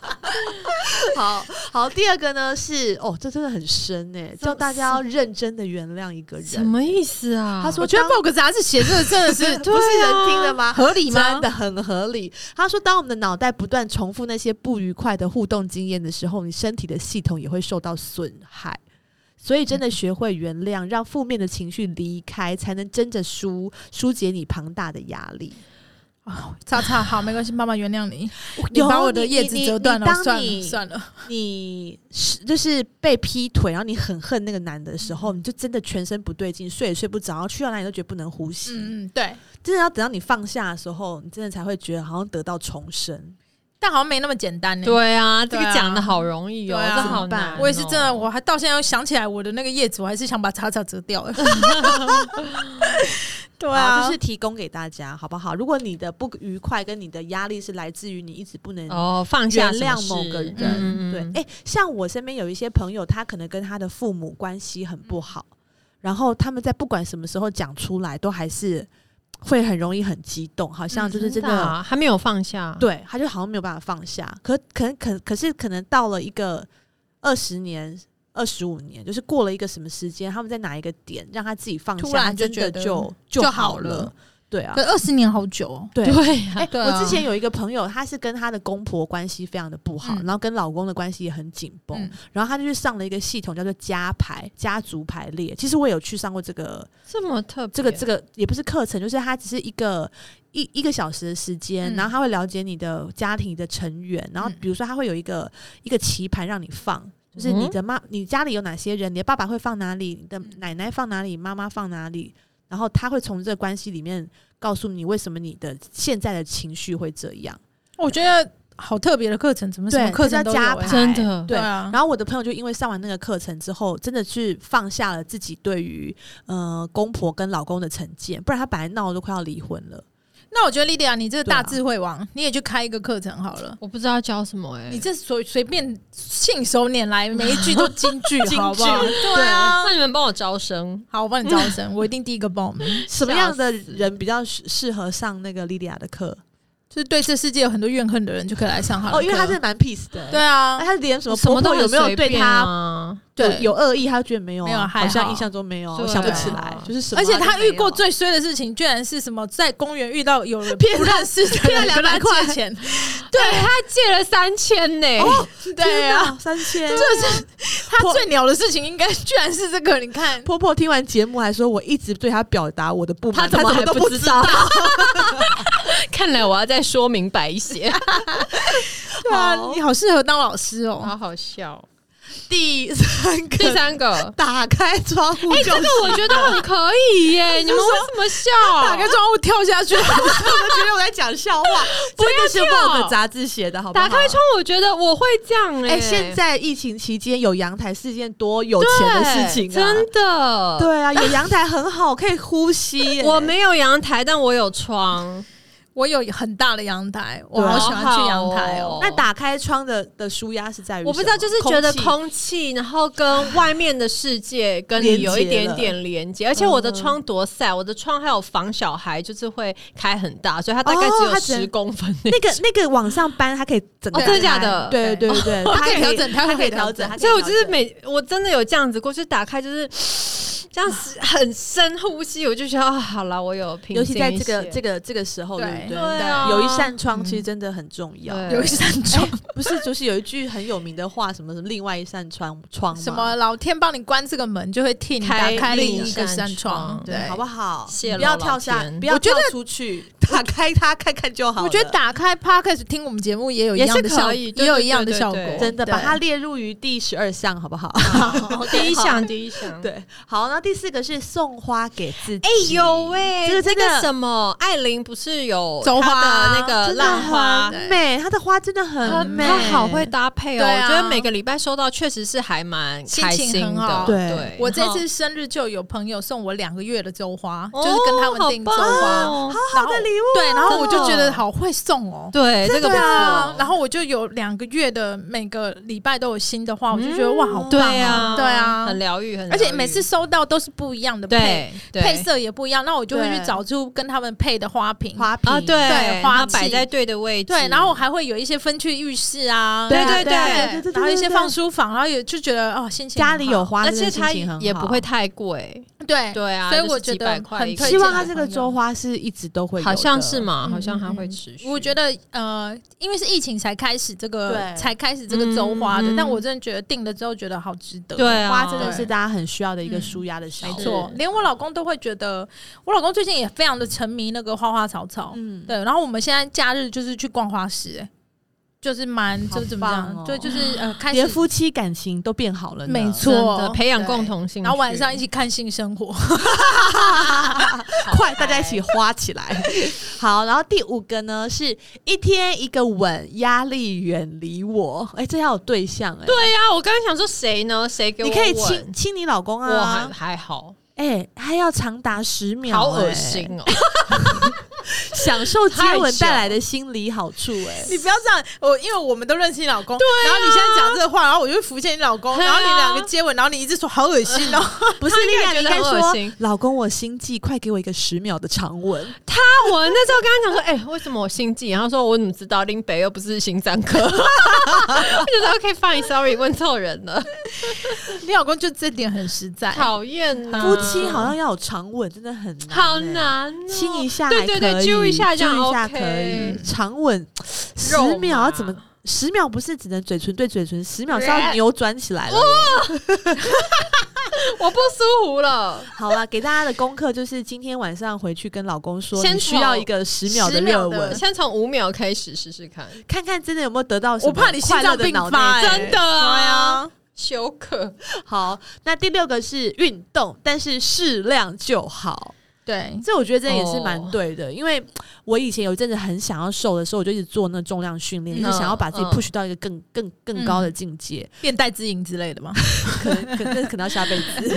S1: 好好，第二个呢是哦，这真的很深哎、叫大家要认真的原谅一个
S2: 什
S1: 人。
S2: 么意思啊？
S1: 他说
S3: 我觉得 Vogue 杂志写这个真的是
S1: 不是人听的吗？
S3: 啊合理吗
S1: 真？的很合理。他说，当我们的脑袋不断重复那些不愉快的互动经验的时候，你身体的系统也会受到损害。所以，真的学会原谅，让负面的情绪离开，才能真的疏疏解你庞大的压力。
S3: 叉叉好，没关系，妈妈原谅你，你
S1: 有啊
S3: 把我的
S1: 你
S3: 叶
S1: 你
S3: 子
S1: 你
S3: 折
S1: 你
S3: 断了，
S1: 当
S3: 算了
S1: 你
S3: 算了。
S1: 你是就是被劈腿，然后你很恨那个男的时候，你就真的全身不对劲，睡也睡不着，然后去到哪里都觉得不能呼吸。
S3: 嗯嗯，对，
S1: 真的要等到你放下的时候，你真的才会觉得好像得到重生。
S3: 但好像没那么简单呢。
S2: 对啊，这
S3: 对
S2: 个
S3: 啊
S2: 讲的好容易哦，
S3: 对啊
S2: 这好难哦。
S3: 我也是真的，我还到现在又想起来我的那个叶子，我还是想把叉叉折掉。 *laughs* 对
S1: 啊，
S3: 啊，
S1: 就是提供给大家，好不好？如果你的不愉快跟你的压力是来自于你一直不能
S2: 哦，放下
S1: 原
S2: 什么
S1: 谅
S2: 事
S1: 某个人，
S2: 嗯嗯
S1: 对，
S2: 嗯
S1: 哎、像我身边有一些朋友，他可能跟他的父母关系很不好，然后他们在不管什么时候讲出来，都还是会很容易很激动，好像
S3: 嗯
S1: 就是真的。
S2: 啊还没有放下，
S1: 对，他就好像没有办法放下，可可能可可是可能到了一个二十年、二十五年，就是过了一个什么时间，他们在哪一个点让他自己放
S3: 突
S1: 下，
S3: 然
S1: 他
S3: 就
S1: 真的
S3: 觉得
S1: 就
S3: 就好
S1: 好
S3: 了
S1: 了，对啊，
S3: 对，二十年好久哦。
S1: 对
S2: 对啊
S1: *laughs* 哎、
S3: 对
S1: 我
S3: 啊
S1: 之前有一个朋友，她是跟她的公婆关系非常的不好，
S3: 嗯
S1: 然后跟老公的关系也很紧绷，
S3: 嗯
S1: 然后她就去上了一个系统叫做家排家族排列。其实我有去上过这个
S2: 这么特别，
S1: 这个这个也不是课程，就是它只是一个一一个小时的时间，
S3: 嗯
S1: 然后他会了解你的家庭的成员，然后
S3: 嗯
S1: 比如说他会有一个一个棋盘让你放。就是你的妈，你家里有哪些人？你的爸爸会放哪里？你
S3: 嗯
S1: 的奶奶放哪里？妈妈放哪里？然后他会从这个关系里面告诉你为什么你的现在的情绪会这样。
S3: 我觉得好特别的课程，怎么什么
S1: 对
S3: 课
S1: 这
S3: 程
S1: 叫
S3: 都有
S1: 加
S3: 欸
S1: 排
S2: 真的
S1: 对
S3: 啊，
S1: 然后我的朋友就因为上完那个课程之后，真的去放下了自己对于呃公婆跟老公的成见，不然他本来闹得都快要离婚了。
S3: 那我觉得莉迪亚，你这个
S1: 对啊
S3: 大智慧王，你也去开一个课程好了。
S2: 我不知道教什么哎、
S3: 你这随随便信手拈
S1: *laughs*
S3: 来，每一句都金句，好不好？
S1: 京剧
S3: 对啊，
S2: 那你们帮我招生，
S3: 好，我帮你招
S1: *laughs*
S3: 生，我一定第一个报名。
S1: 什么样的人比较适适合上那个莉莉娅的课？
S3: 就是对这世界有很多怨恨的人，就可以来上哈。
S1: 哦，因为他是哎蛮 peace 的，
S3: 对，啊，
S1: 他连什么
S2: 什
S1: 婆
S2: 么
S1: 婆
S2: 都
S1: 有没有对他
S2: 他
S1: 有
S3: 对
S1: 有恶意，他觉得啊没有啊，
S3: 没有还
S1: 好像
S3: 好
S1: 印象中没有啊，我
S2: 对
S1: 想不起来
S2: 啊，
S1: 就是什么啊，
S3: 而且
S1: 就
S3: 他
S1: 没
S3: 遇
S1: 有
S3: 过最衰的事情，居然是什么在公园遇到有人
S1: 骗
S3: 不
S1: 他
S3: 认识的
S1: 骗
S3: 人
S1: 了
S3: 跟他
S1: 200块哎
S3: 借
S1: *laughs*
S3: 钱，
S2: 对他借了三千呢、
S3: 对
S1: 天
S3: 啊，
S1: 哪，三千。
S3: 就是他
S1: 我
S3: 最鸟的事情，应该居然是这个。你看，
S1: 婆婆听完节目还说，我一直对她表达我的不满，
S2: 她怎
S1: 她
S2: 么
S1: 么
S2: 还
S1: 都
S2: 不
S1: 知
S2: 知道？看来我要再说明白一些，
S3: 对啊
S1: 好，
S3: 你好适合当老师哦。
S2: *laughs* 好笑。
S1: 第三
S2: 第
S1: 个，
S2: 三个，
S1: 打开窗户
S2: *laughs* 哎、
S1: *laughs* 就
S2: 这个我觉得很可以耶、 *laughs* 你们为什么笑？
S3: 打开窗户跳下去，
S1: 我觉得我在讲笑 *laughs* 话，
S2: 不
S1: 这
S2: 要
S1: 个是
S2: 跳
S1: 某个杂志写的，好不好？
S2: 打开窗，我觉得我会这样哎、
S1: 哎、现在疫情期间有阳台是件多有钱的事情、啊，
S2: 对真的。
S1: 对
S2: *laughs*
S1: 啊，有阳台很好，可以呼吸耶、
S2: 呃我没有阳台，但我有窗。
S3: 我有很大的阳台，我
S1: 对
S3: 好喜欢去阳台
S2: 好好哦。
S3: 哦
S1: 那打开窗的的舒压是在于
S2: 我不知道，
S1: 什
S2: 就
S1: 么
S2: 是觉得
S1: 气
S2: 空气，然后跟外面的世界跟你有一点点连接，而且我的窗多晒，我的窗还有防小孩，就是会开很大，所以它大概
S1: 哦
S2: 只有
S1: 它只能
S2: 十公分那
S1: 那个那个往上搬，它可以整个
S2: 哦真哦的假的
S1: 打开对对对，它
S3: 它可以
S1: 以
S3: 调整它
S1: 它可
S3: 可
S1: 以
S3: 以
S1: 调
S3: 调
S1: 整
S3: 整，
S1: 它可以
S2: 所以我就是
S1: 调整
S2: 每我真的有这样子过去打开，就是 *sighs* 这样子很深呼吸，我就觉得啊，好了，我有平
S1: 尤
S2: 静
S1: 其在这个
S2: 一些
S1: 这个这个时候，对
S3: 对
S1: 不对？
S2: 对啊嗯
S1: 有一
S2: *laughs*
S1: 扇窗其实真的很重要。
S2: 对
S3: 有一扇窗，
S1: 不是，就是有一句很有名的话，什么什么，另外一扇窗窗嘛
S3: 什么老天帮你关这个门，就会替你打
S2: 哎开
S3: 开
S2: 另
S3: 另
S2: 一
S3: 一个
S2: 扇
S3: 扇
S2: 窗
S3: 窗，
S1: 对，
S3: 对，
S1: 好不好？
S2: 谢
S1: 不要
S2: 老
S1: 跳下
S2: 天，
S1: 不要
S3: 我觉
S1: 跳
S3: 得
S1: 出去，打开它看看就好了。
S3: 我觉得打开 podcast 听我们节目也有一样的效果，
S2: 也是可以对对
S3: 也有一样的效果
S2: 对对对。哦
S1: 真的
S3: 对
S1: 把它列入于第十二项，好不好？ *laughs*
S2: 第一项，第一项，
S1: 对，好。那第四个是送花给自己。
S2: 哎有喂，
S1: 这个
S2: 那
S1: 真的
S2: 个什么，艾琳不是有
S3: 周花
S2: 她的那个
S1: 真的
S2: 浪花
S1: 欸很
S3: 对
S1: 美，它的花真的
S2: 她
S1: 很美，
S2: 她好会搭配哦，
S3: 对啊
S2: 我觉得每个礼拜收到确实是还蛮开
S3: 心
S2: 心
S3: 情很
S2: 的。
S3: 好
S1: 对
S3: 我这
S2: 然后
S3: 次生日就有朋友送我两个月的周花，
S2: 哦
S3: 就是跟他们订周
S2: 好
S3: 花，
S2: 棒哦
S1: 好好的礼物。
S3: 对，然后我就觉
S2: 真的
S3: 得好会送哦。
S2: 对这个不
S3: 对啊
S2: 错，
S3: 然后我就有两个月的每个礼拜都有新的花，我就觉得哇，好棒
S2: 对
S3: 啊，
S2: 啊，
S3: 对啊
S2: 很，疗愈，很疗愈
S3: 而且每次收到都是不一样的配
S2: 对
S3: 配
S2: 对
S3: 色也不一样，那我就会
S1: 对
S3: 去找出跟他们配的花瓶。
S1: 花瓶
S2: 啊，对，
S3: 对花
S2: 它
S3: 器
S2: 摆在对的位置，
S3: 对，然后我还会有一些分去浴室啊，
S2: 对
S1: 对
S2: 对对
S1: 对对
S3: 然后一些放
S1: 对
S3: 书房，然后也就觉得哦，心情
S1: 家
S3: 很
S1: 里
S3: 好
S1: 有花，
S2: 而
S1: 真的
S2: 且
S1: 心
S2: 它
S1: 情很
S2: 也
S1: 好
S2: 不会太贵，
S3: 对
S2: 对啊，
S3: 所以
S2: 就是
S3: 我觉
S2: 几
S3: 得
S2: 百块
S3: 很
S2: 一
S3: 推
S2: 个
S1: 希望
S3: 荐
S1: 它
S3: 的
S1: 这个
S3: 朋友
S1: 周花是一直都会有的，
S2: 好像是嘛，
S3: 嗯
S2: 好像还
S3: 嗯
S2: 会
S3: 嗯
S2: 持续，
S3: 我觉得呃，因为是疫情才开始这个
S1: 对，
S3: 才开始这个周花的，
S2: 嗯嗯
S3: 但我真的觉得定了之后觉得好值得。
S2: 对啊，
S1: 花真的是大家很需要的一个舒压的小
S3: 没
S1: 物。
S3: 错，连我老公都会觉得，我老公最近也非常的沉迷那个花花草草。
S1: 嗯，
S3: 对，然后我们现在假日就是去逛花市、哎就是蛮
S1: 好
S3: 就是怎么
S1: 棒哦
S3: 样，对，就是呃开
S1: 连
S3: 始，
S1: 夫妻感情都变好了呢，
S3: 没错
S2: 真的培养
S3: 对
S2: 共同性，
S3: 然后晚上一起看性生活， *laughs*
S1: 快，大家一起花起 *laughs* 来。好，然后第五个呢是一天一个吻，压力远离我。哎，这要有对象哎，
S2: 对呀，我刚刚想说谁呢？谁给我
S1: 你可以
S2: 吻
S1: 亲亲你老公
S2: 我还
S1: 啊，
S2: 还好，
S1: 哎，还要长达十秒，
S2: 好
S1: 哎
S2: 恶，心 *laughs* 哦，
S1: 享受接
S2: 太
S1: 吻
S2: 久
S1: 带来的心理好处，
S2: *laughs*
S1: 哎，
S3: 你不要这样，我因为我们都认识你老公，然后你现在讲这话，然后我就会浮现你老公，
S2: 啊对啊
S3: 然后你们两个接吻，然后你一直说好恶心哦，
S1: 不是
S2: 应
S1: 丽
S2: 该
S1: 亚，你
S2: 觉
S1: 应
S2: 得
S1: 该
S2: 很恶
S1: 说
S2: 心，
S1: 老公，我心悸，快给我一个十秒的长吻。
S2: 他我那时候跟他讲说，哎、为什么我心悸？然后说我怎么知道林北又不是心脏科？ *laughs* 我觉得 OK fine，sorry，问错人了，
S3: 你老公就这点很实在，
S2: 讨厌啊
S1: 夫妻好像要有长吻，真的很难、哎
S2: 好。难、哦，
S1: 亲一下
S2: 对
S1: 还
S2: 对
S1: 可
S2: 对，
S1: 以
S2: 揪一下这样
S1: 揪
S2: OK，
S1: 一下可以，长吻十秒要怎么？十秒不是只能嘴唇对嘴唇，十秒是要扭转起来了
S2: 哦
S1: 耶。
S2: 我不舒服 *laughs* 了，
S1: 好了，给大家的功课就是今天晚上回去跟老公说，
S2: 先
S1: 你需要
S2: 从
S1: 一个十秒的
S3: 10秒
S1: 热
S3: 的
S1: 吻，
S2: 先从五秒开始试试看，
S1: 看看真的有没有得到什
S3: 我
S1: 么
S3: 怕你心
S1: 快乐
S3: 脏
S1: 的
S3: 病
S1: 脑内
S3: 发、哎
S1: 啡
S2: *laughs* 真的啊
S3: 对啊
S2: 休克，
S1: 好，那第六个是运动，但是适量就好。
S3: 对，
S1: 这我觉得这也是蛮
S2: 哦
S1: 对的，因为我以前有一阵子很想要瘦的时候，我就一直做那重量训练，
S2: 嗯
S1: 就是想要把自己
S2: 嗯
S1: push 到一个更、更更高
S3: 嗯
S1: 的境界，
S3: 变带之营之类的嘛，
S1: 可能可能可能要下辈
S3: *laughs*
S1: 子。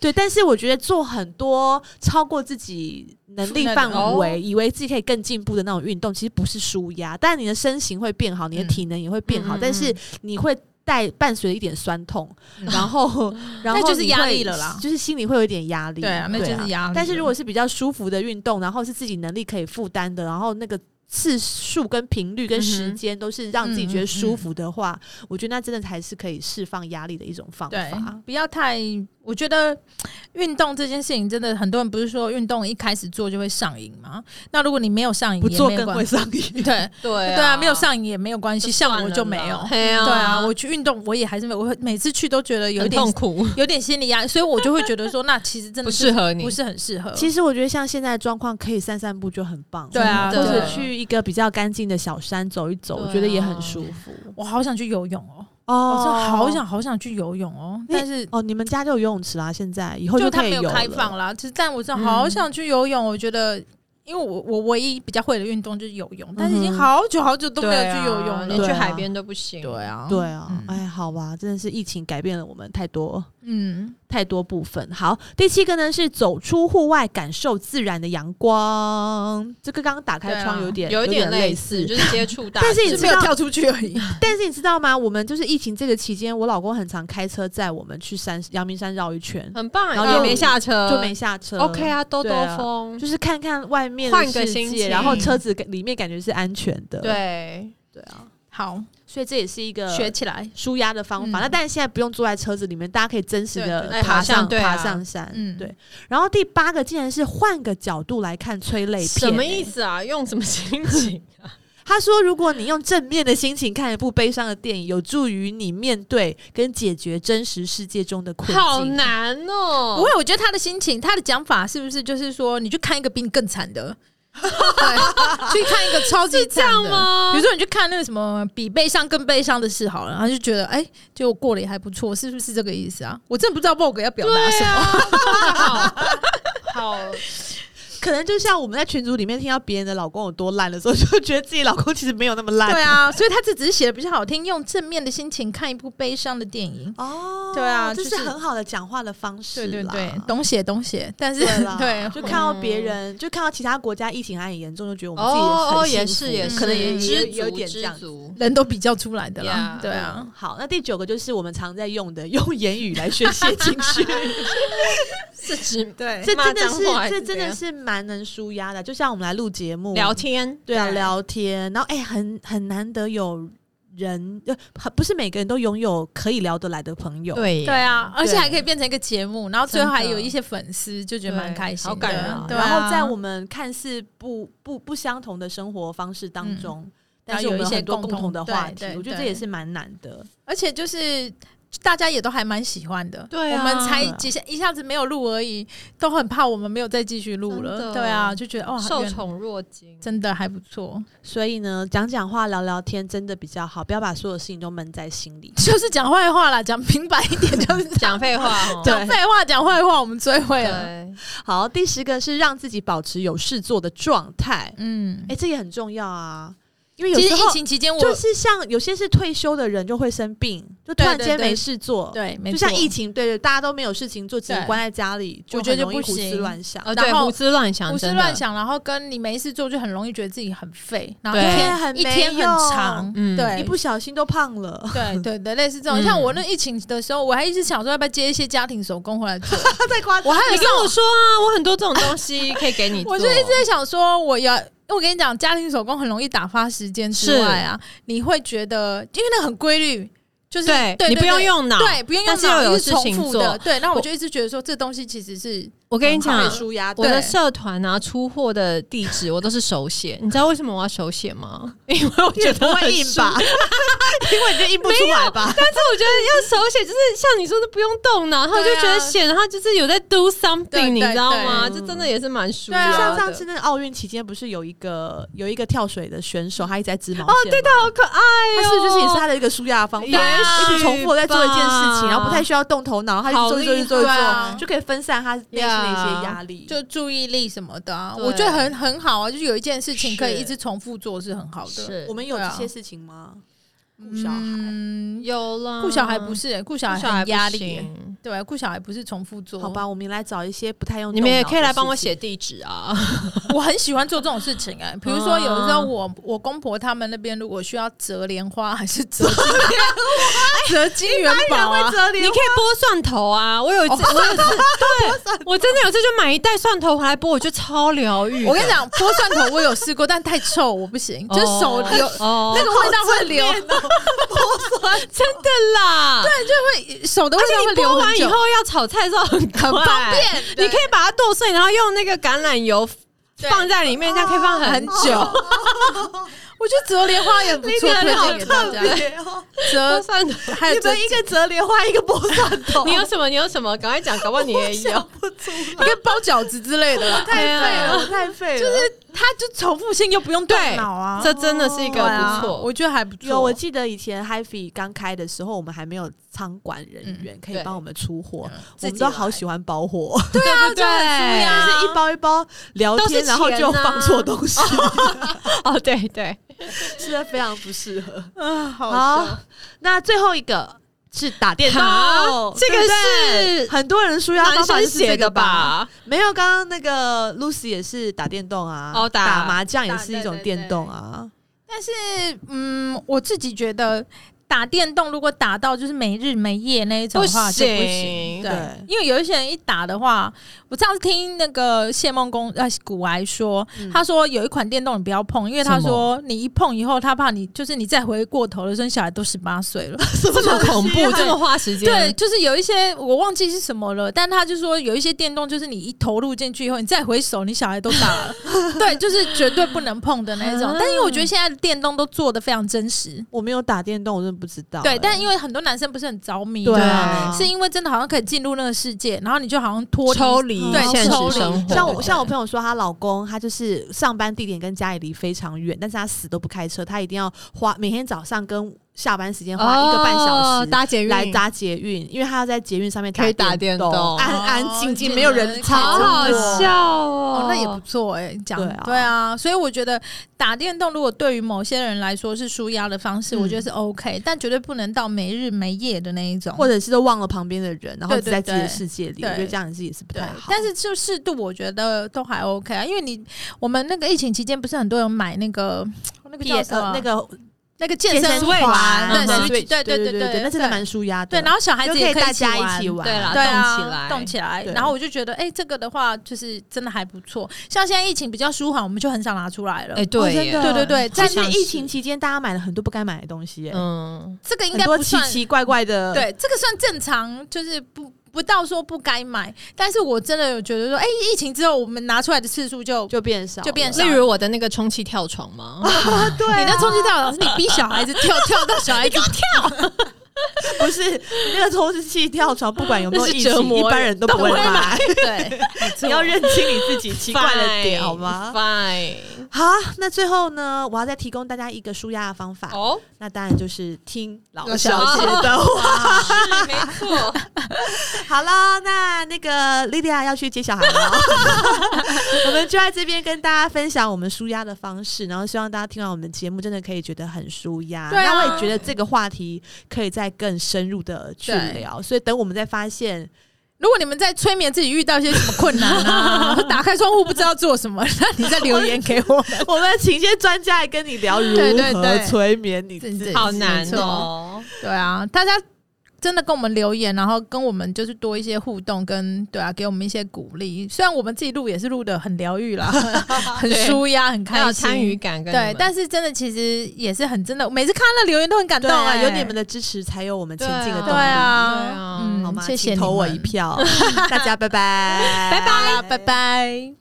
S1: 对，但是我觉得做很多超过自己能力范
S3: 哦
S1: 围，以为自己可以更进步的那种运动，其实不是舒压，但你的身形会变好，你的
S3: 嗯
S1: 体能也会变好，
S2: 嗯嗯
S1: 但是你会。带伴随一点酸痛，然后，然后
S3: 嗯 *laughs* 那就是
S1: 你
S3: 压
S1: 会
S3: 力了啦
S1: 就是心里会有一点压力。
S3: 啊对啊，那就是压力了。
S1: 但是如果是比较舒服的运动，然后是自己能力可以负担的，然后那个次数、跟频率、跟
S3: 嗯
S1: 时间都是让自己觉得舒服的话，我觉得那真的才是可以释放压力的一种方
S3: 对
S1: 法。，
S3: 不要太。我觉得运动这件事情真的，很多人不是说运动一开始做就会上瘾吗？那如果你没有上瘾，
S1: 不做
S3: 也没
S1: 更
S3: 有关
S1: 会上瘾。 *laughs*
S3: 对
S2: 对
S3: 对啊，没有上瘾也没有关系，
S2: 就
S3: 像
S2: 算
S3: 我
S2: 了
S3: 就
S2: 啦
S3: 没有。
S2: 嘿啊
S3: 对啊，我去运动，我也还是没有，我会每次去都觉得有
S2: 很
S3: 点
S2: 痛苦，
S3: 有点心理压力，所以我就会觉得说，那其实真
S2: 不
S3: 的是
S2: 适合你
S3: 不。是很适合。
S1: 其实我觉得像现在的状况，可以散散步就很棒。
S3: 对啊
S1: 或者
S2: 对
S1: 去一个比较干净的小山走一走，
S2: 对啊
S1: 我觉得也很舒服。
S3: 我好想去游泳哦，我
S1: 哦
S3: 真的好想好想去游泳哦，
S1: 你
S3: 但是
S1: 哦，你们家就有游泳池啦，现在以后
S3: 就它
S1: 哦可以
S3: 没有
S1: 游
S3: 开
S1: 了嗯
S3: 放啦。其实，但我真的好想去游泳，我觉得。因为我我唯一比较会的运动就是游泳，但是已
S1: 嗯
S3: 经
S1: 哼
S3: 好久好久都没有去游
S2: 对啊
S3: 泳
S2: 连
S3: 了。
S1: 对
S2: 去
S1: 啊
S2: 海边都不行。
S3: 对，啊，
S1: 对啊，
S3: 嗯
S1: 哎，好吧，真的是疫情改变了我们太多
S3: 嗯，
S1: 太多部分。好，第七个呢是走出户外，感受自然的阳光。这个刚刚打开窗有点、
S2: 啊有
S1: 有
S2: 一点
S1: 类
S2: 似，就是接触大自
S1: 但
S2: 然。
S1: 是你
S3: 就
S1: 知
S3: 没有
S1: 道
S3: 跳出去而已。
S1: *laughs* 但是你知道吗？我们就是疫情这个期间，我老公很常开车载我们去山阳明山绕一圈，
S2: 很棒，
S1: 然
S2: 然
S1: 后
S2: 后也
S1: 就
S2: 没下车，
S1: 就没下车。
S2: 呃 OK。啊，兜兜
S1: 对啊
S2: 风，
S1: 就是看看外面
S2: 换
S1: 的
S2: 个
S1: 世
S2: 心
S1: 界，
S2: 情
S1: 然后车子跟里面感觉是安全的。
S2: 对，
S1: 对啊，
S3: *laughs* 好，
S1: 所以这也是一个
S3: 学起来。
S1: 舒压的方法。
S3: 嗯
S1: 那但是现在不用坐在车子里面，大家可以真实的
S2: 对对
S1: 爬
S2: 爬上
S1: 上
S2: 对啊
S1: 爬上山。
S3: 嗯
S1: 对。然后第八个竟然是换个角度来看催泪片，
S2: 什么
S1: 欸？
S2: 意思啊？用什么心情？
S1: 他说，如果你用正面的心情看一部悲伤的电影，有助于你面对跟解决真实世界中的困境。
S2: 好难哦！
S3: 不会，我觉得他的心情，他的讲法是不是就是说，你去看一个比你更惨的，对去看一个超级
S2: 是这样
S3: 惨的？
S2: 吗
S3: 比如？说，你去看那个什么比悲伤更悲伤的事好了，然后就觉得哎，就过得也还不错，是不是这个意思啊？我真的不知道 Vogue 要表达什
S2: 对
S3: 么。
S2: 啊， *laughs* 好好
S1: 可能就像我们在群组里面听到别人的老公有多烂的时候，就觉得自己老公其实没有那么烂。
S3: 对啊， *laughs* 所以他这只是写的比较好听，用正面的心情看一部悲伤的电影。
S1: 哦，
S3: 对啊
S1: 这
S3: 就是是
S1: 很好的讲话的方式
S3: 对对
S1: 啦
S3: 对，懂写懂写，但是
S1: 对啦，
S3: *laughs* 对
S1: 就看到别人，就看到其他国家疫情还很严重，就觉得我们自己
S2: 哦哦，
S1: 很幸
S2: 也
S1: 福
S2: 是也是，
S1: 可能也也
S2: 知
S1: 有
S2: 足
S1: 点这
S2: 知
S1: 样。
S2: 足。
S3: 人都比较出来的啦。
S2: Yeah
S3: 对啊，
S1: 好，那第九个就是我们常在用的，用言语来宣泄情绪，
S2: 是指
S3: 对
S1: 这真的
S2: 骂
S1: 是
S2: 脏话还是
S1: 这真
S2: 怎
S1: 的
S2: 样
S1: 是蛮能舒压的。就像我们来录节目
S2: 聊，天，
S1: 对啊，
S3: 对
S1: 聊天，然后哎、很很难得有人，呃，不是每个人都拥有可以聊得来的朋友，
S2: 对
S3: 对啊，而且
S1: 对
S3: 还可以变成一个节目，然后最后还有一些粉丝，就觉得
S2: 对
S3: 蛮开心的，
S2: 好感人啊
S3: 对啊
S1: 然后在我们看似不不不相同的生活方式当
S3: 嗯
S1: 中，但
S3: 然后
S1: 是我
S3: 有
S1: 们
S3: 一些
S1: 很多
S3: 共
S1: 共
S3: 同
S1: 同的话
S3: 对
S1: 题
S3: 对，
S1: 我觉得这
S3: 对
S1: 也是蛮难的。
S3: 而且就是大家也都还蛮喜欢的，
S2: 对啊
S3: 我们才几下一下子没有录而已，都很怕我们没有再继续录
S2: 真
S3: 了，
S2: 的
S3: 对啊，就觉得哦，
S2: 受
S3: 原
S2: 宠若惊，
S3: 真的还不错， *laughs*
S1: 所以呢，讲讲话、聊聊天真的比较好，不要把所有事情都闷在心里。
S3: 就是讲坏话啦，讲明白一点就是这样
S2: 讲废话 *laughs* 哦。
S1: 对
S3: 讲废话，讲坏话我们最会了，
S2: 对，
S1: 好，第十个是让自己保持有事做的状态，
S3: 嗯
S1: 哎、，这也很重要啊，因为有
S3: 其实
S1: 时
S3: 疫
S1: 候
S3: 情期间我
S1: 就是像有些是退休的人就会生病，就突然
S3: 对对
S1: 间
S3: 对
S1: 没事做。
S3: 对，没
S1: 就像
S3: 错
S1: 疫情，对对，大家都没有事情做，只能
S3: 对
S1: 关在家里，
S3: 我
S1: 就
S3: 觉
S1: 很
S3: 得就
S1: 容易
S3: 不
S1: 胡思
S3: 行
S1: 乱想。
S2: 哦
S3: 然
S2: 对，
S3: 后
S2: 胡思乱想，
S3: 胡思
S2: 真的
S3: 乱，想，然后跟你没事做就很容易觉得自己很废，然后一
S2: 对
S3: 天
S1: 很
S3: 一天
S1: 没
S3: 很
S1: 用
S3: 长，
S2: 嗯
S1: 一
S3: 对
S1: 不。小心都胖了，
S3: 对对对，类似这种，
S2: 嗯
S3: 像我那疫情的时候，我还一直想说要不要接一些家庭手工回来做。
S1: 他在 *laughs* 夸
S3: 我还有
S2: 你
S3: 一
S2: 跟
S3: 个，
S2: 我说啊，我很多这种东西可以给 *laughs* 你做，
S3: 我就一直在想说，我要，我跟你讲，家庭手工很容易打发时间之外啊，你会觉得，因为那很规律，就是
S2: 对你不用用脑，
S3: 对，不用
S2: 但
S3: 用
S2: 是又
S3: 脑，
S2: 有
S3: 一直
S2: 事
S3: 重
S2: 情
S3: 复
S2: 做
S3: 的，对。那我
S2: 我嗯
S3: 就一直觉得说，这东西其实是
S2: 我跟你
S1: 可
S2: 讲啊
S1: 以，舒压的
S2: 我的
S3: 对
S2: 社团啊，出货的地址我都是手写。你知道为什么我要手写
S3: *laughs*
S2: 吗？因为我觉
S1: 不
S2: 得
S1: 会
S2: 很
S1: 印
S2: 舒
S1: 吧，因为你就印不出来吧。
S2: 但是我觉得要手写，就是像你说的不用动脑，然后就
S3: 对啊
S2: 觉得写，然后就是有在 do
S3: 对
S2: something，你知道吗？
S1: 对
S2: 这真的也是蛮舒
S3: 对
S1: 就
S3: 啊
S2: 压
S1: 像
S2: 的。
S1: 上次那个奥运期间，不是有一个有一个跳水的选手，他一直在织毛
S2: 哦，
S1: 线
S2: 对
S1: 吗
S2: 的，好可爱
S1: 他
S2: 哦！
S1: 是不是就是也是他的一个舒压的方法？
S2: 也许
S1: 一直重复地在做一件事情，
S2: 吧
S1: 然后不太需要动头脑，然后他就做一做一做一
S3: 好厉害对
S1: 做
S3: 啊
S1: 做，就可以分散他内心的一些压力。
S3: 就注意力什么的、啊，
S2: 对
S3: 我觉得很很好啊，就是有一件事情可以
S2: 是
S3: 一直重复做是很好的。
S2: 是
S1: 我们有
S3: 对
S1: 这
S3: 啊
S1: 些事情吗？顾小孩，
S3: 嗯，
S2: 有啦，
S3: 顾小孩不是、欸，顾小
S2: 嗯顾
S3: 孩
S2: 小孩
S3: 很
S2: 不
S3: 压力、欸，
S2: 行
S3: 对，顾小孩不是重复做，
S1: 好？吧，我们来找一些不太用。
S2: 你们也可以来帮我写。地址啊。
S3: *laughs* 我很喜欢做这种事情哎、比如说有的时候我我公婆他们那边如果需要折莲花还是折折金元宝啊，
S1: 折
S2: 你可以剥蒜头啊！我有一
S3: 哦
S2: 次，我
S3: *laughs*
S2: 有一次，对，我真的有一次就买一袋蒜头回来剥，我觉得超疗愈。
S3: 我跟你讲，剥蒜头我有试过，但太臭我不行，
S2: 哦，
S3: 就是手流、
S2: 哦
S3: 那个味道会流，
S2: 啊真的啦，对，
S3: 就会手的味
S2: 而且
S3: 道会
S2: 你
S3: 流
S2: 剥完以
S3: 久
S2: 后要炒菜的时候很很
S3: 很方便对
S2: 你可以把它剁碎，然后用那个橄榄油
S3: 对哦
S2: 放在里面，这样可以放很久。
S3: *laughs* 我觉得折莲花也不错，
S2: 你
S3: 推
S2: 的好
S3: 荐给大家。
S1: 别哦，
S2: 剥
S3: 折
S2: 蒜头，
S3: 还有折
S1: 一个折莲花，一个剥蒜头
S2: *laughs* 你有什么？你有什么？赶快讲，搞不好你也有。
S3: 你可以包饺子之类的啦，
S1: 太
S2: 哎
S1: 废
S2: 呀
S1: 了，我太废了。
S3: 就是它就重复性又不用动
S2: 对
S3: 脑啊，
S2: 这真的是一
S3: 对
S2: 个
S3: 啊
S2: 不错。
S3: 我觉得还不错。
S1: 有，我记得以前 HiFi 刚开的时候，我们还没有仓管人员可以
S2: 对
S1: 帮我们出货，我
S2: 自己
S1: 们都
S2: 来
S1: 好喜欢包货，
S2: 对啊，
S3: 这很舒压
S1: 就是一包一包聊
S2: 都是
S1: 天，然后
S2: 钱
S1: 就
S2: 呐
S1: 放错东西，
S2: 哦，对对，
S1: 真的非常不适合。
S3: 啊，好
S1: 好
S3: 笑，
S1: 那最后一个是打电动
S2: 好，，这
S1: 对不
S2: 个
S1: 对
S2: 是
S1: 很多人舒压
S2: 男
S1: 方法
S2: 生
S1: 就是
S2: 写
S1: 这个
S2: 的
S1: 吧？
S2: 吧？
S1: 没有，刚刚那个 Lucy 也是打电动啊，
S2: 哦打
S1: 麻将也是一种电动啊。
S3: 但是嗯，我自己觉得打电动如果打到就是没日没夜那一种的话就不
S2: 不行
S3: 行，
S1: 对
S3: 对，因为有一些人一打的话，我上次听那个谢梦公呃古癌说，
S1: 嗯
S3: 他说有一款电动你不要碰，因为他说你一碰以后，他怕你就是你再回过头的时候，你小孩都十八岁了。
S2: 这么恐
S1: 东
S2: 怖，
S1: 西啊
S2: 这么花时间，
S3: 对，，就是有一些我忘记是什么了，但他就说有一些电动，就是你一投入进去以后，你再回手，你小孩都打
S2: *laughs*
S3: 了。对，就是绝对不能碰的那一种
S2: 啊。
S3: 但因为我觉得现在的电动都做的非常真实，
S1: 我没有打电动，我真的不知道、
S3: 对，
S1: 欸
S3: 但因为很多男生不是很着迷，
S1: 对
S2: 哎啊
S3: 是因为真的好像可以进入那个世界，然后你就好像脱离
S2: 抽离
S1: 对
S2: 现
S3: 抽
S2: 实
S3: 离
S2: 生活，
S1: 像我
S3: 对
S1: 像我朋友说，她老公他就是上班地点跟家里离非常远，但是他死都不开车，他一定要花每天早上跟下班时间花一个半小
S2: 哦
S1: 时。
S2: 搭捷运
S1: 来搭捷运，因为他要在捷运上面
S2: 可以打
S1: 电
S2: 电动
S1: 安安静静，没有人
S3: 哦
S1: 吵
S2: 好好
S1: 我
S2: 笑哦
S3: 哦，，那也不错哎、讲
S1: 对啊
S3: 对啊，所以我觉得打电动如果对于某些人来说是舒压的方式，
S1: 嗯
S3: 我觉得是 OK，但绝对不能到没日没夜的那一种。
S1: 或者是都忘了旁边的人，然后
S3: 对
S1: 只在自
S3: 对
S1: 己的
S3: 对
S1: 世界里，
S3: 对
S1: 我觉得这样子也是不
S3: 对
S1: 太好。，
S3: 但是就适度，我觉得都还 OK 啊，因为你我们那个疫情期间，不是很多人买那个那个叫
S1: 别
S3: 什么、
S1: 呃那个
S3: 那个健
S1: 身
S3: 身环，
S2: 嗯
S3: 对
S2: 哼
S3: Switch，对
S1: 对
S3: 对
S1: 对，那真的蛮舒压的。
S3: 对，然后小孩
S1: 就
S3: 子
S1: 可以
S3: 可以
S1: 大家一起
S3: 玩。
S1: 玩，
S2: 对啦
S3: 对
S2: 动
S3: 啊，
S2: 起来
S3: 动起来
S1: 对。
S3: 然后我就觉得，哎、这个的话，就是真的还不错。像现在疫情比较舒缓，我们就很少拿出来了。
S2: 哎，对耶，
S1: 真的
S3: 对对对，
S1: 但
S3: 但
S1: 是
S3: 是
S1: 疫情期间大家买了很多不该买的东西耶，
S2: 嗯，
S3: 这个应
S1: 很
S3: 该
S1: 多
S3: 不
S1: 奇
S3: 算，
S1: 奇怪怪的。，
S3: 对，这个算正常，就是不不到说不该买。但是我真的有觉得说，哎、疫情之后我们拿出来的次数就，
S1: 就变少了，
S3: 就变少
S2: 例如我的那个充气跳床嘛，
S1: *laughs* 对
S3: 你
S1: 啊，
S3: 那充气跳老师，你逼小孩子跳跳到小孩子
S1: 不是 *laughs* 你那个充气跳床，不管有没有
S2: 那是
S1: 疫
S2: 折
S1: 情，
S2: 磨
S1: 一
S2: 人
S1: 般人都不会
S3: 都不会
S1: 买。
S3: 对，
S1: *laughs* 你要认清你自己奇怪的
S2: *laughs*
S1: 点，好吗？
S2: ？Fine，
S1: 好，那最后呢，我要再提供大家一个舒压的方法，
S2: 哦，
S1: 那当然就是听老
S3: 老
S1: 小
S2: 小
S1: 姐
S2: 姐
S1: 的话。
S2: 是没
S3: *laughs*
S2: 错，
S1: 好了，那那个莉莉亚要去接小孩了， *laughs* 我们就在这边跟大家分享我们舒压的方式，然后希望大家听完我们的节目，真的可以觉得很舒压。
S3: 对啊
S1: 那我也觉得这个话题可以再更深入的去聊，所以等我们再发现， *laughs*
S3: 如果你们在催眠自己遇到一些什么困难 *laughs* 啊，或打开窗户不知道做什么， *laughs* 那你再留言给我们。
S1: 我们请一些专家来跟你聊如
S3: 对对
S1: 何
S3: 对
S1: 催眠你自
S3: 真
S1: 己
S3: 的。
S2: 好难哦。
S3: *laughs* 对啊，大家真的跟我们留言，然后跟我们就是多一些互动跟，对啊，给我们一些鼓励。虽然我们自己录也是录的很疗愈 *laughs* 啦，很
S2: 对
S3: 舒压，很
S2: 还有
S3: 开心，
S2: 参与感跟
S3: 对，但
S2: 是
S3: 是真的其实也是很真的，每次看到留言都很感
S1: 对
S3: 动
S1: 啊，
S3: 哎
S1: 有你们的支持才有我们前进的动力。
S3: 对
S2: 对
S3: 啊
S2: 啊，
S3: 嗯，
S1: 好吗？
S3: 谢谢
S1: 请投
S3: 你
S1: 我
S3: 们
S1: 一，票，大家拜拜，
S3: 拜拜，拜拜。